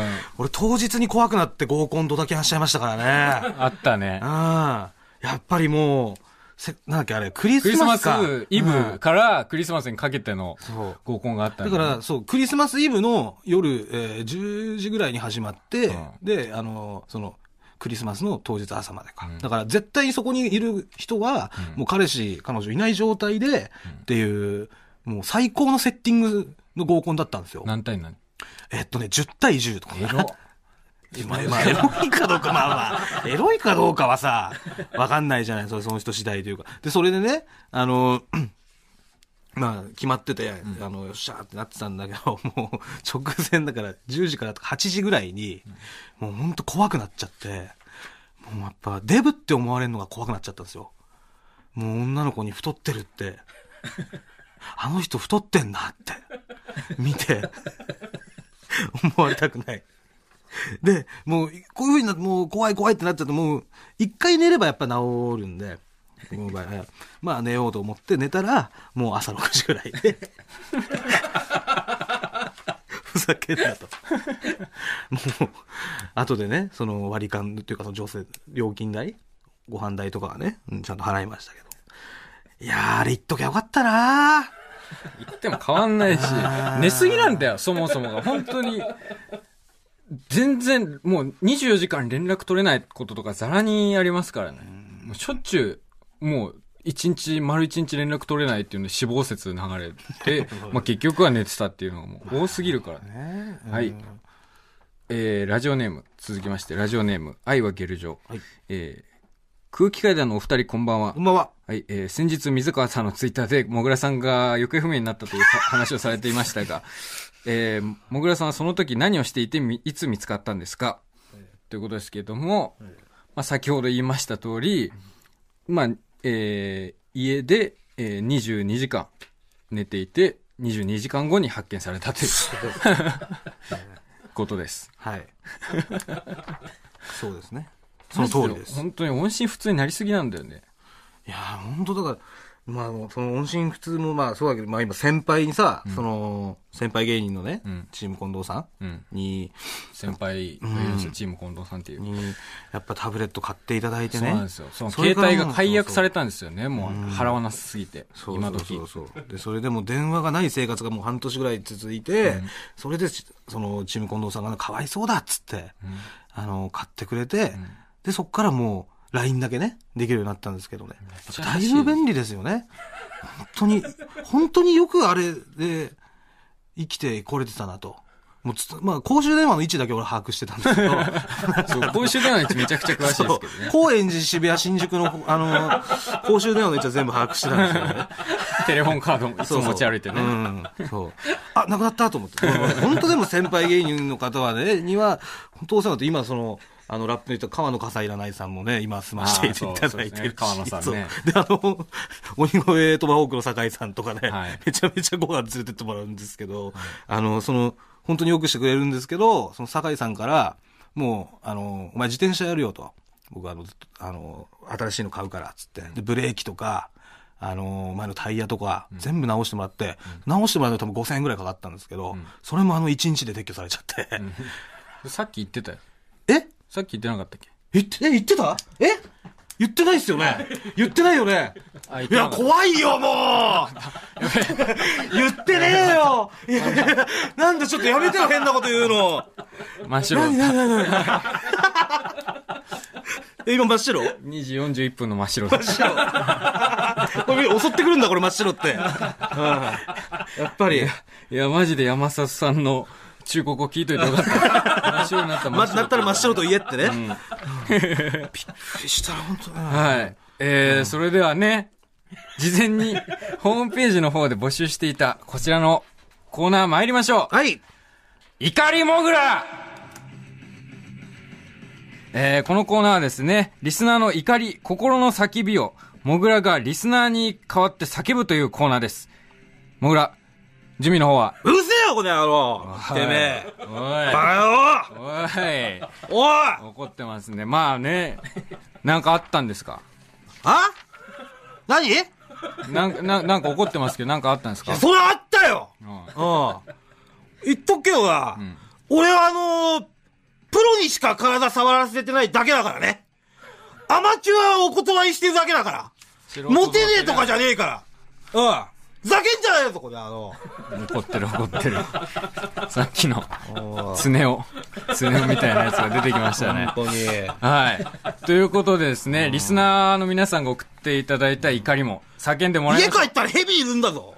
C: ん
D: 俺当日に怖くなって合コンとだけ話しちゃいましたからね。あ
C: ったね。
D: あやっぱりもう、せ、なんだっけあれ、クリ
C: ク
D: ス
C: リス
D: マ
C: マ
D: スか。
C: スイ
D: うん
C: ブからクリスマスにかけての合コンがあった
D: だ
C: ん
D: か
C: ね
D: ら、そう、クリスマスイブの夜、えー10時ぐらいに始まって、で、あの、その、クリスマスの当日朝までか。だから、絶対そこにいる人は、もう彼氏、彼女いない状態で、っていう、もう最高のセッティングの合コンだったんですよ。
C: 何対何
D: えっとね、10対10とか。
C: エロ。
D: まあ、まあエロいかどうか、まあまあ、エロいかどうかはさ、わかんないじゃない、それその人次第というか。で、それでね、あの、まあ、決まってて、あの、よっしゃーってなってたんだけど、 (laughs) もう、直前だから、10時からとか8時ぐらいに、もうほんと怖くなっちゃって、もうやっぱ、デブって思われるのが怖くなっちゃったんですよ。もう女の子に太って
C: (laughs)
D: るって、あの人太ってんなって、見て、 (laughs) 思われたくない。で、もう、こういうふうになって、もう怖い怖いってなっちゃうと、もう、一回寝ればやっぱ治るんで、僕の場合はまあ寝ようと思って寝たら、もう朝6時ぐらい (laughs) で、ふざけんなと。もう、後でね、その割り勘というか、その女性、料金代、ご飯代とかはね、うんちゃんと払いましたけど。いやー、あれ言っときゃよかったなー。
C: 言っても変わんないし、寝すぎなんだよ、そもそもが。本当に。全然、もう24時間連絡取れないこととかざらにありますからね。もうしょっちゅう、もう、一日、丸一日連絡取れないっていうので死亡説流 (laughs) れて、まあ結局は寝てたっていうのがもう多すぎるからね。はい。えーラジオネーム、続きまして、ラジオネーム、愛はゲル状。えー空気階段のお二人こんばんは。こ
D: んばんは。
C: はい、えー先日水川さんのツイッターで、もぐらさんが行方不明になったというさ (laughs) 話をされていましたが、えーもぐらさんはその時何をしていて、みいつ見つかったんですかということですけども、まあ、先ほど言いました通り、まあ、えー家で、えー22時間寝ていて、22時間後に発見されたということです。 (laughs)
D: はい。そう (laughs) ですね。その通りです。
C: 本当に音信不通になりすぎなんだよね。
D: いやー、本当だから、まあ、あのその音信不通もまあそうだけど、まあ今先輩にさ、その、先輩芸人のね、チーム近藤さんに、
C: 先輩がいるんですよチーム近藤さんっていう。
D: にやっぱタブレット買っていただいて
C: そう
D: ね。
C: なんですよ。その
D: それ
C: 携
D: から
C: 帯が解約され
D: そう
C: たんですよね。もう
D: うん
C: 払わなすぎて。
D: そう
C: 今時。
D: そうそうそうで、それでもう電話がない生活がもう半年ぐらい続いて、それで、その、チーム近藤さんが、かわいそうだっつって、あの、買ってくれて、で、そっからもう、LINE だけね、できるようになったんですけどね。
C: ちゃ
D: だ
C: 嬉
D: い
C: しい
D: ぶ便利ですよね。本当に、本当によくあれで、生きてこれてたなと。もうつまあ、公衆電話の位置だけ俺把握してたんですけど。
C: そう公衆電話の位置めちゃくちゃ詳しいですけどね
D: そう高円寺、渋谷、新宿の、あの、公衆電話の位置は全部把握してたんですけどね。
C: テレフォンカードもいつも持ち歩いてね。
D: そうそううんそう。あ、なくなったと思って。本当でも先輩芸人の方はね、には、本当お世話になって、今その、あの、ラップで言った川野笠いらないさんもね、今済ましていただいてるし。
C: あーそうそうですね川野さんね
D: そうで、あの、鬼越トマホークの酒井さんとかね、めちゃめちゃご飯連れてってもらうんですけど、あの、その、本当によくしてくれるんですけど、その酒井さんから、もう、あの、お前自転車やるよと。僕はあの、ずっとあの、新しいの買うから、つって。で、ブレーキとか、あの、前のタイヤとか、全部直してもらって、直してもらうの多分5000円ぐらいかかったんですけど、それもあの1日で撤去されちゃって。
C: さっき言ってたよ。
D: え
C: さっき言ってなかったっけ
D: 言って、え、言ってたえ言ってないっすよね言ってないよね
C: あ言っ
D: い
C: てなかっ
D: や、
C: た
D: 怖いよ、も
C: (laughs)
D: う言ってねえよいやなんだ、ちょっとやめてよ、変なこと言うの。
C: 真っ白。
D: 何何何何え、今真っ白
C: ?2 時41分の真っ白
D: 真
C: で
D: っ (laughs)
C: す。
D: 白。こ (laughs) れ襲ってくるんだ、これ真っ白って。うんやっぱり。
C: いや、マジで山里さんの忠告を聞いといてよか
D: (laughs)
C: った。真っ白になった、
D: ま、なったら真っ白と言えってね。
C: うん
D: びっくりした、本当だな
C: はい。えーそれではね、事前にホームページの方で募集していたこちらのコーナー参りましょ
D: う。はい。
C: 怒りもぐらえーこのコーナーはですね、リスナーの怒り、心の叫びを、もぐらがリスナーに代わって叫ぶというコーナーです。もぐら、準備の方は
D: うるせえよ、この野郎
C: い
D: てめえ
C: おい
D: バカ
C: 野郎
D: おい
C: おい怒ってますね。まあね、なんかあったんですか
D: あ何
C: なんか、ななんか怒ってますけど、なんかあったんですか
D: それあったよ
C: うん
D: うん。言っとくけどな、俺はあのープロにしか体触らせてないだけだからね。アマチュアをお断りしてるだけだから。モテねえとかじゃねえから。うん。ふざけんじゃないよ、そこで、あの。
C: 怒ってる怒ってる。 (laughs) さっきの、スネ夫、スネ夫みたいなやつが出てきましたね。
D: 本当に
C: はい。ということでですね、リスナーの皆さんが送っていただいた怒りも叫んでもらい
D: 家
C: ましょう。
D: 帰ったらヘビいるん
C: (laughs)
D: だぞ。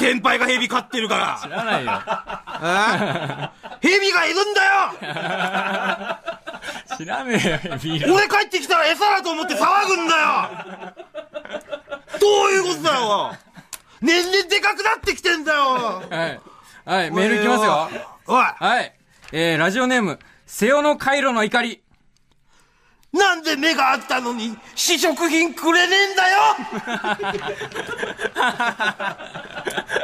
D: 先輩がヘビ飼ってるから。知
C: らないよ。
D: ヘビがいるんだ
C: (laughs)
D: よ
C: 知らねえよ、ビール。
D: 俺帰ってきたら餌だと思って騒ぐんだよどういうことだよ年々でかくなってきてんだよ
C: はい。はい、メールいきますよ。
D: おい
C: はい。えー、ラジオネーム、瀬尾の回路の怒り。
D: なんで目があったのに試食品くれねえんだ
C: (laughs)
D: よ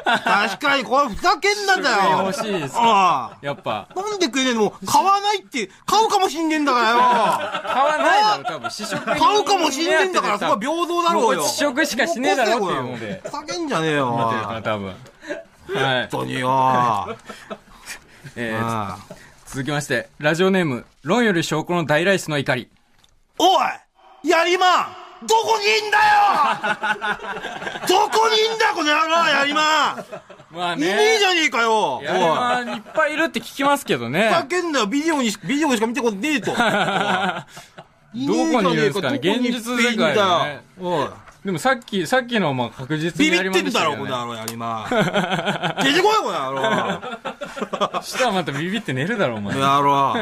D: 確かにこれふざけんな
C: これ
D: んだよ
C: 欲しいです
D: ああ
C: かやっぱ。
D: なんでくれねえのもう買わないって買うかもしんねえんだからよ
C: 買わないだろ、多分。試食 (laughs) 品
D: 買うかもしんねえんだからそこは平等だろうよ
C: も試食しかしねえだろっていうので。
D: ふざけんじゃねえよ
C: 思ってるから、多分。はい。
D: 本当によ。
C: えー、続きまして、ラジオネーム、論より証拠の大ライスの怒り。
D: おいやりまんどこにいんだ
C: (laughs)
D: よどこにいんだこの野郎やりまん
C: まあ
D: いねえじゃねえかよ
C: やりまんいっぱいいるって聞きますけどね。
D: ふざけんなよビデオにし、ビデオしか見てこね
C: (laughs)
D: えと。ど
C: どこにいるんですかね現実世界で、ね。
D: おい。
C: でもさっき、さっきのはまあ確実に
D: ビビ
C: やり
D: っ
C: ま
D: て
C: ん
D: ん
C: でし
D: だ
C: た
D: ろ、
C: けど
D: こ
C: ね
D: の野郎
C: (laughs)
D: やりまん。出てこい、この野郎。
C: したらまたビビって寝るだろ、お前。
D: やろ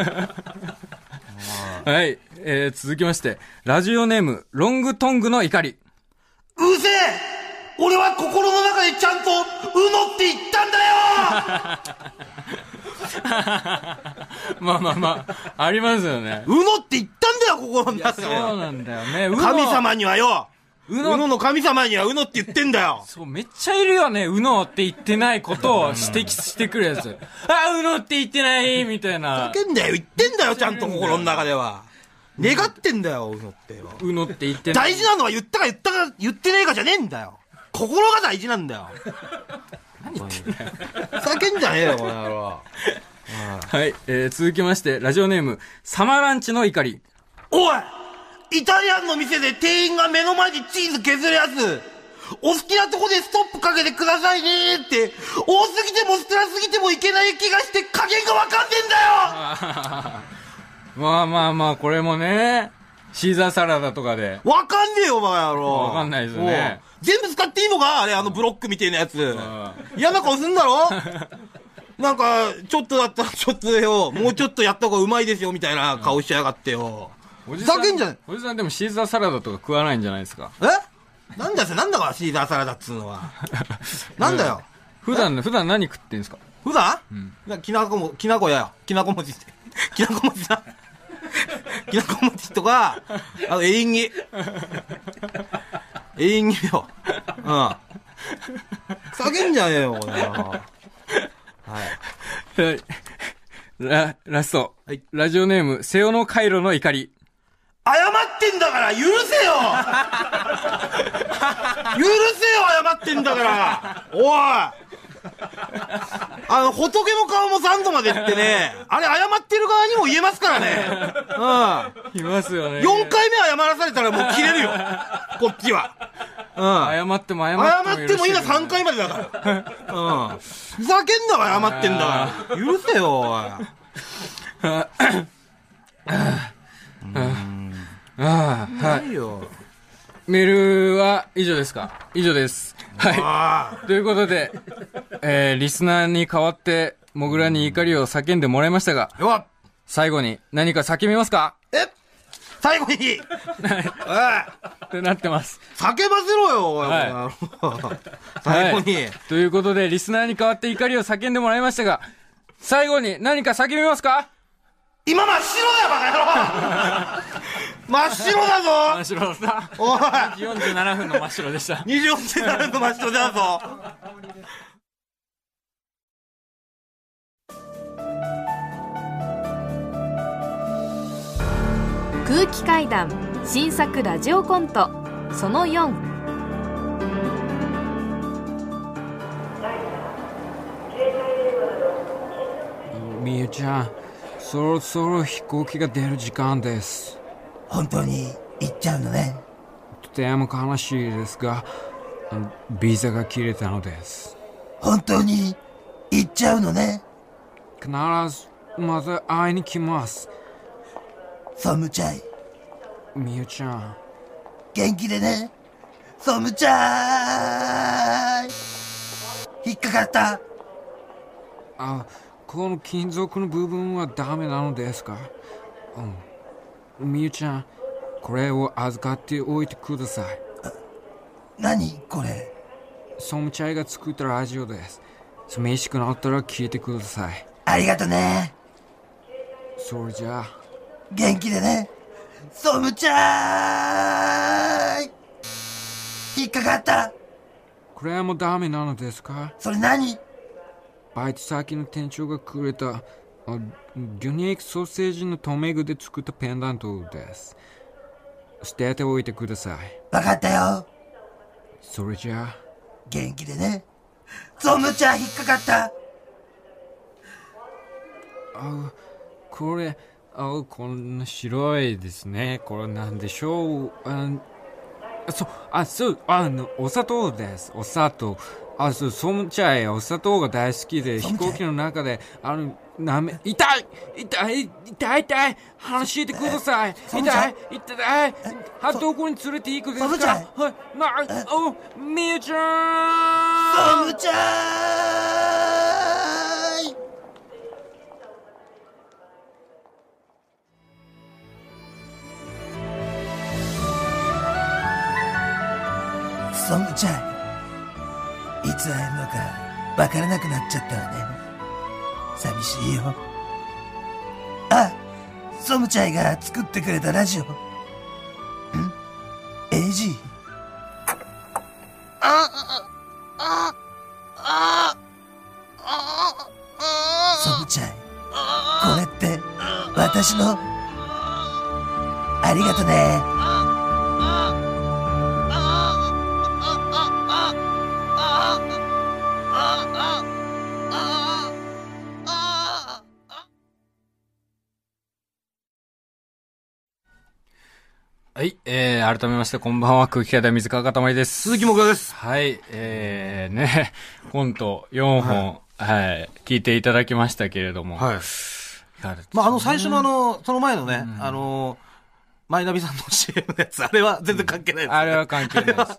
C: (laughs) はい。えー、続きまして、ラジオネーム、ロングトングの怒 (laughs) り。
D: うるせえ俺は心の中でちゃんと、うのって言ったんだよ
C: (laughs) まあまあまあ、ありますよね。
D: うのって言ったんだよ、心の中で。
C: そうなんだよね。うの
D: 神様にはよ、う
C: の
D: のの神様にはうのって言ってんだよ。
C: (laughs) そう、めっちゃいるよね。うのって言ってないことを指摘してくるや
D: (laughs)
C: つ。あ、うのって言ってないみたいな。
D: 言ってんだよ、言ってんだよ、ちゃんと心の中では。願ってんだよ、うのって。
C: うのって言って
D: 大事なのは言ったか言ったか、言ってねえかじゃねえんだよ。心が大事なんだよ。何言ってんだよ。叫んじゃねえよ、この野郎。
C: はい、えー続きまして、ラジオネーム、サマランチの怒
D: (laughs)
C: り。
D: おいイタリアンの店で店員が目の前でチーズ削るやつお好きなとこでストップかけてくださいねーって多すぎても少なすぎてもいけない気がして加減がわかんねえんだよ
C: まあまあまあ、これもね、シーザーサラダとかで。
D: わかんねえよ、お前野郎
C: わかんないですよね
D: もう全部使っていいのかあれ、あのブロックみてえなやつ。嫌な顔すんだろ (laughs) なんか、ちょっとだったらちょっとよ、もうちょっとやった方がうまいですよ、みたいな顔しやがってよ。
C: お
D: ふ
C: じさ
D: ざ
C: ん
D: けんじゃない
C: おじさんでもシーザーサラダとか食わないんじゃないですか。
D: えなんだよ、それなんだか、シーザーサラダっつうの
C: (laughs)
D: は。なんだよ。
C: 普段、普段何食ってんですか
D: 普段なきなこも、きなこやよ。きなこ餅って。 (laughs) きなこ餅だ。きなこ餅とか、あの、エリンギ。エリンギよ。うん。叫んじゃねえよ、これは。
C: (laughs) はい。ラ、ラスト。ラジオネーム、セオの回路の怒り。
D: 謝ってんだから許せよ許せよ、謝ってんだからおいあの、仏の顔も三度まで言ってね、あれ謝ってる側にも言えますからね。うん。
C: いますよね。
D: 4回目謝らされたらもう切れるよ。こっちは。
C: うん。謝っても謝っても
D: 謝っても今3回までだから。うん。ふざけんなわ、謝ってんだから。許せよ、おい。
C: ああ、は
D: ないよ。
C: メールは以上ですか以上です。はい。ということで、えー、リスナーに代わって、モグラに怒りを叫んでもらいましたが、最後に何か叫びますか
D: 最後に、おい、
C: ってなってます。
D: 叫ばせろよ、おい。最後に
C: ということで、リスナーに代わって怒りを叫んでもらいましたが、最後に何か叫びますか
D: 今真っ白だよ、バカ野郎真っ白だぞ真
C: っ白だ。
D: おい
C: 47分の真っ白でした。
D: 24世代の真っ白だぞ
B: 空気階段新作ラジオコントその4
C: みゆちゃん、そろそろ飛行機が出る時間です。
E: 本当に行っちゃうのね
C: とても悲しいですが、ビザが切れたのです。
E: 本当に行っちゃうのね
C: 必ずまた会いに来ます。
E: ソムチャイ
C: みゆちゃん。
E: 元気でねソムチャイ引っかかった
C: あ、この金属の部分はダメなのですかうん。みゆちゃん、これを預かっておいてください。
E: 何これ
C: ソムチャイが作ったラジオです。寂しくなったら聞いてください。
E: ありがとね
C: それじゃあ。
E: 元気でねソムチャイ引っかかった
C: これもダメなのですか
E: それ何
C: バイト先の店長がくれたあ魚肉ソーセージの留め具で作ったペンダントです捨てておいてください
E: わかったよ
C: それじゃあ
E: 元気でねソムチャイ引っかかった
C: あこれあこんな白いですねこれなんでしょうあそうあそうあのお砂糖ですお砂糖あそうソムチャイお砂糖が大好きで飛行機の中であのなめ痛い痛い痛い痛い話してください痛
M: ソ
C: い
M: ムチャイ
C: 痛い痛いあどこに連れて行くんです
M: ソムチ
C: か
M: ャ
C: はいなあおみゆちゃん
E: ソムチャイソムチャイいつ会えるのかわからなくなっちゃったわね寂しいよあソムチャイが作ってくれたラジオん ?AG?
N: あ、あ、あ、あ、あ、
E: ソムチャイこれって私のありがとね。
C: はい、えー、改めまして、こんばんは、空気階段水川かたまりです。鈴木もぐです。はい、えー、ね、コント4本、はい、聞いていただきましたけれども。はい。
D: まあ、あの、最初のあの、その前のね、あの、マイナビさんの CM のやつ、あれは全然関係ない
C: (laughs)
D: です、ねあれは
C: 関係ない
D: (laughs)
C: です
D: は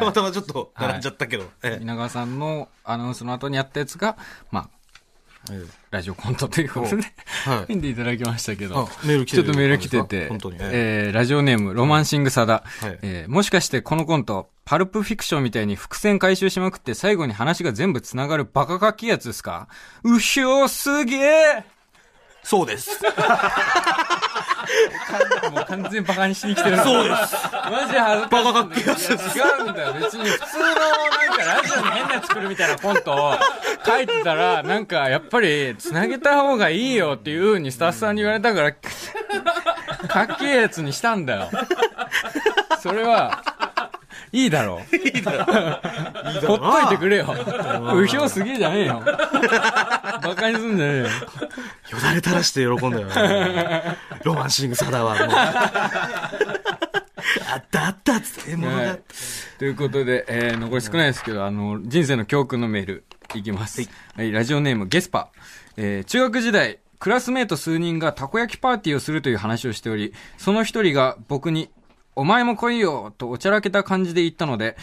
D: たまたまちょっと
C: はい
D: 並んじゃったけど。
C: 稲川さんのアナウンスの後にやったやつが、まあ、ラジオコントということで、見ていただきましたけど、
D: あメール来てる
C: ちょっとメール来てて、
D: 本当にえ
C: えーラジオネーム、ロマンシングサダ、えーもしかしてこのコント、パルプフィクションみたいに伏線回収しまくって最後に話が全部繋がるバカかっきいやつですかうひょーすげえ
D: そうです。
C: もう完全にバカにしに来てる。
D: そうです
C: マジ恥ずかしい。バカかっけ
N: です
C: 違うんだよ。別に普通のなんかラジオに変なやつ作るみたいなコントを書いてたら、なんかやっぱり繋げた方がいいよっていう風にスタッフさんに言われたから、かっけえやつにしたんだよ。それは、いいだろう。いいだろ
N: だろうな
C: (laughs) ほっといてくれよ
N: う。ん
C: うひょうすげえじゃねえよ。バカにすんじゃねえよ。
D: よだれ垂らして喜んだ
C: (laughs)
D: よね。ロマンシングサダはもう。あったあったっつって、もう
C: は、
D: ない
C: ということで、えー残り少ないですけど、あの、人生の教訓のメール、いきます。はい、ラジオネーム、ゲスパ。えー中学時代、クラスメート数人がたこ焼きパーティーをするという話をしており、その一人が僕に、お前も来いよとおちゃらけた感じで言ったので、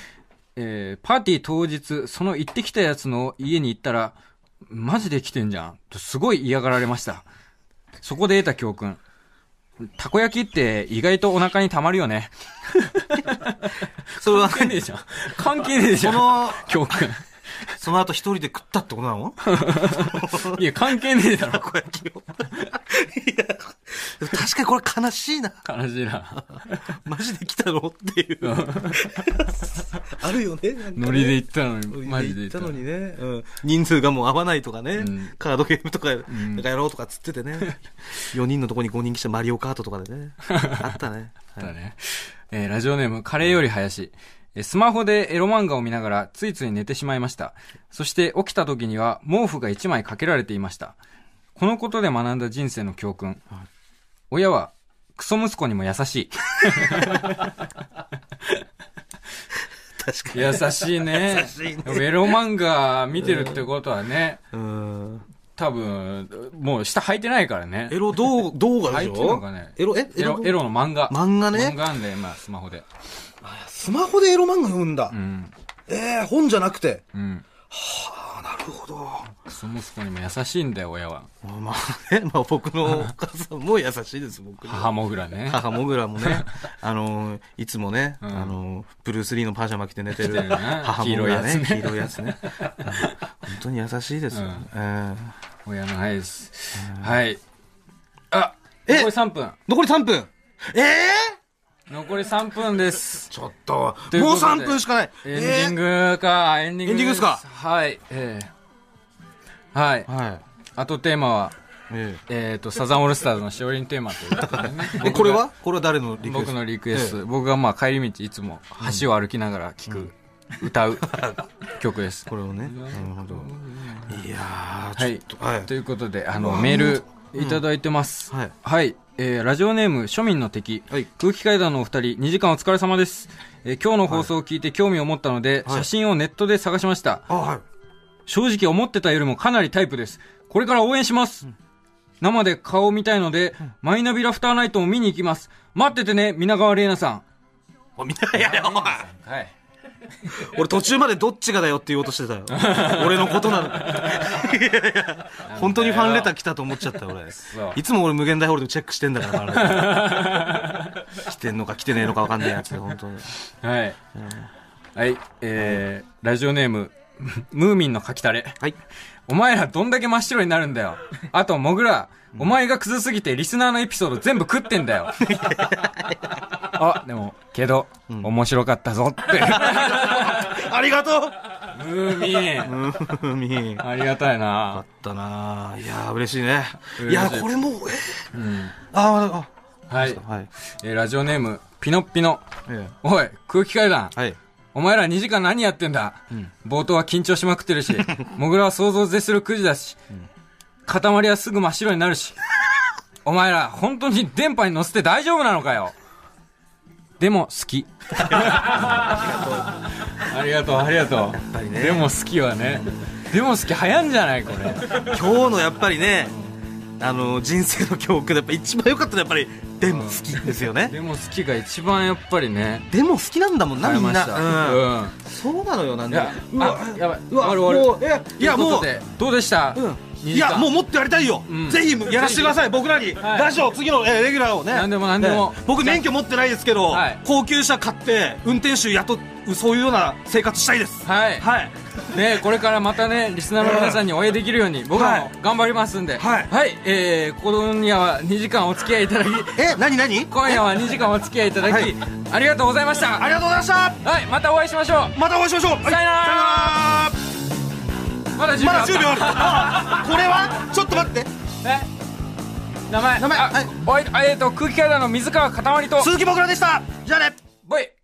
C: えーパーティー当日、その行ってきたやつの家に行ったら、マジで来てんじゃん、とすごい嫌がられました。そこで得た教訓。たこ焼きって意外とお腹に溜まるよね。それは関係ねえじゃん。関係ねえじゃん。
D: その、
C: 教訓。
D: その後一人で食ったってことな
C: (laughs)
D: の
C: いや、関係ねえだろ、
D: こ焼きを。いや、確かにこれ悲しいな。
C: 悲しい
D: (laughs)
C: な。
D: マジで来たのっていう。 (laughs) あるよね。なんかね
C: ノリで行ったのにマ
D: ノリ
C: ジで
D: で行っ
C: 行った
D: たのにね。うん人数がもう合わないとかね。カードゲームとか、なんかやろうとかっつって
C: (laughs)
D: てね。4人のとこに5人来たマリオカートとかでね。あったね。
C: あったね。えーラジオネーム、カレーより林。えースマホでエロ漫画を見ながら、ついつい寝てしまいました。そして起きた時には、毛布が1枚かけられていました。このことで学んだ人生の教訓。親は、クソ息子にも優しい。
D: 確
N: かに
C: 優しいね。
N: 優しいね
C: (laughs) エロ漫画見てるってことはね。
D: うん。
C: 多分、もう下履いてないからね。
D: エロ動動画でし
C: 履いてんの
D: ょ
C: かね。
D: エロ、え
C: エロエロの漫画。
D: 漫画ね
C: 漫画あんだよ、今、スマホで。
D: スマホでエロ漫画読むんだ。えー、本じゃなくて。
C: うん。そもそもにも優しいんだよ、親は。
D: まあね、まあ僕のお母さんも優しいです、僕の
C: 母もぐらね。
D: 母もぐら
C: (laughs)
D: もね、あの、いつもね、
C: うん
D: あの、ブルース・リーのパジャマ着て寝て
C: 着て
D: る
C: るね
D: 母もぐらね、
C: 黄
D: 黄
C: 色
D: 色
C: い
D: い
C: や
D: や
C: つ
D: つ
C: ね
D: ね。
C: (laughs)
D: うん本当に優しいですよ。え
C: 親の愛です。はい。あ残り3分。
D: 残り3分え
C: 残り3分です。
D: ちょっと
C: いうことで
D: もう3分しかない
C: エンディングか、エンディング。
D: エンディングですか
C: はい。えーはい。あとテーマは、
D: え
C: っと、サザンオールスターズのしおりんテーマということでね
D: (laughs) えこれはこれは誰のリクエスト
C: 僕のリクエス
D: え
C: ト。僕がまあ帰り道いつも橋を歩きながら聴く、歌
D: (laughs)
C: う曲です。
D: これをね。なるほど。いや
C: はい、ということであの
D: うわ
C: メール
D: うん
C: いただいてます、
D: はい、
C: えーラジオネーム庶民の敵、空気階段のお二人2時間お疲れ様です、えー今日の放送を聞いて興味を持ったので、
D: はい
C: 写真をネットで探しました、
D: はい、
C: 正直思ってたよりもかなりタイプですこれから応援します、生で顔を見たいので、マイナビラフターナイトも見に行きます待っててね皆川玲奈さん
D: お見ないやいやお
C: 前
D: 俺途中までどっちがだよって言おうとして
C: (laughs)
D: たよ。俺のことなの。いやいや本当にファンレター来たと思っちゃった俺
C: そう。
D: いつも俺無限大ホールでチェックしてんだからファンレタ
C: (laughs)
D: ー、来てんのか来てねえのか分かんないやつ、本当に。
C: はい。はい。えーラジオネーム、 (laughs) ムーミンのかきたれ。お前らどんだけ真っ白になるんだよ。あと、モグラ、お前がクズすぎてリスナーのエピソード全部食ってんだよ。 (laughs) あ、でも、けど、面白かったぞって。
D: (laughs) ありがとう
C: ムーミン。
D: ムーミン。
C: ありがたいな。
D: あったな。いやー嬉しいね。
C: 嬉しい
D: いやーこれも、えー
C: うん。
D: あーあ、
C: はい。えーラジオネーム、ピノッピノ。おい、空気階段。お前ら2時間何やってんだ、冒頭は緊張しまくっ
D: (laughs)
C: てるし、モグラは想像を絶するくじだし、塊はすぐ真っ白になる
D: (laughs)
C: し、お前ら本当に電波に乗せて大丈夫なのかよでも好
D: (laughs)
C: き。ありがとう、ありがとう。でも好きはね。でも好き流行んじゃないこれ。
D: 今日のやっぱりね、あの、人生の教訓でやっぱ一番良かったのはやっぱり、でも好きですよね。
C: でも好きが一番やっぱりね。
D: でも好きなんだもんな、みん
C: 変えました
D: な。
C: うん
D: そうなのよ、なん
C: い
D: で。
C: や
D: うわ
C: あやばい
D: わ
C: 終わる終わる
D: もうえいや
C: とうこと
D: もう
C: でどうでした、
D: いや、もうもっとやりたいよ。ぜひやらせてください、僕らに。
C: はい
D: ラジオ、次のえーレギュラーをね。
C: 何でも何でも
D: ね僕、免許持ってないですけど、高級車買って、運転手雇う、そういうような生活したいです。
C: はい、
D: はい
C: ね、これからまたねリスナーの皆さんにお会いできるように僕らも頑張りますんではい、えー、今夜は2時間お付き合いいただき (laughs)
D: え何何
C: 今夜は2時間お付き合いいただき、ありがとうございました
D: ありがとうございました
C: はいまたお会いしましょう
D: またお会いしましょうはい
C: さよならまだ10秒
D: まだ10秒ある
C: (laughs)
D: あこれはちょっと待って
C: 名前名前あ、おいあえっ、と空気階段の水川かたまりと
D: 鈴木もぐらでしたじゃあね
C: ボイ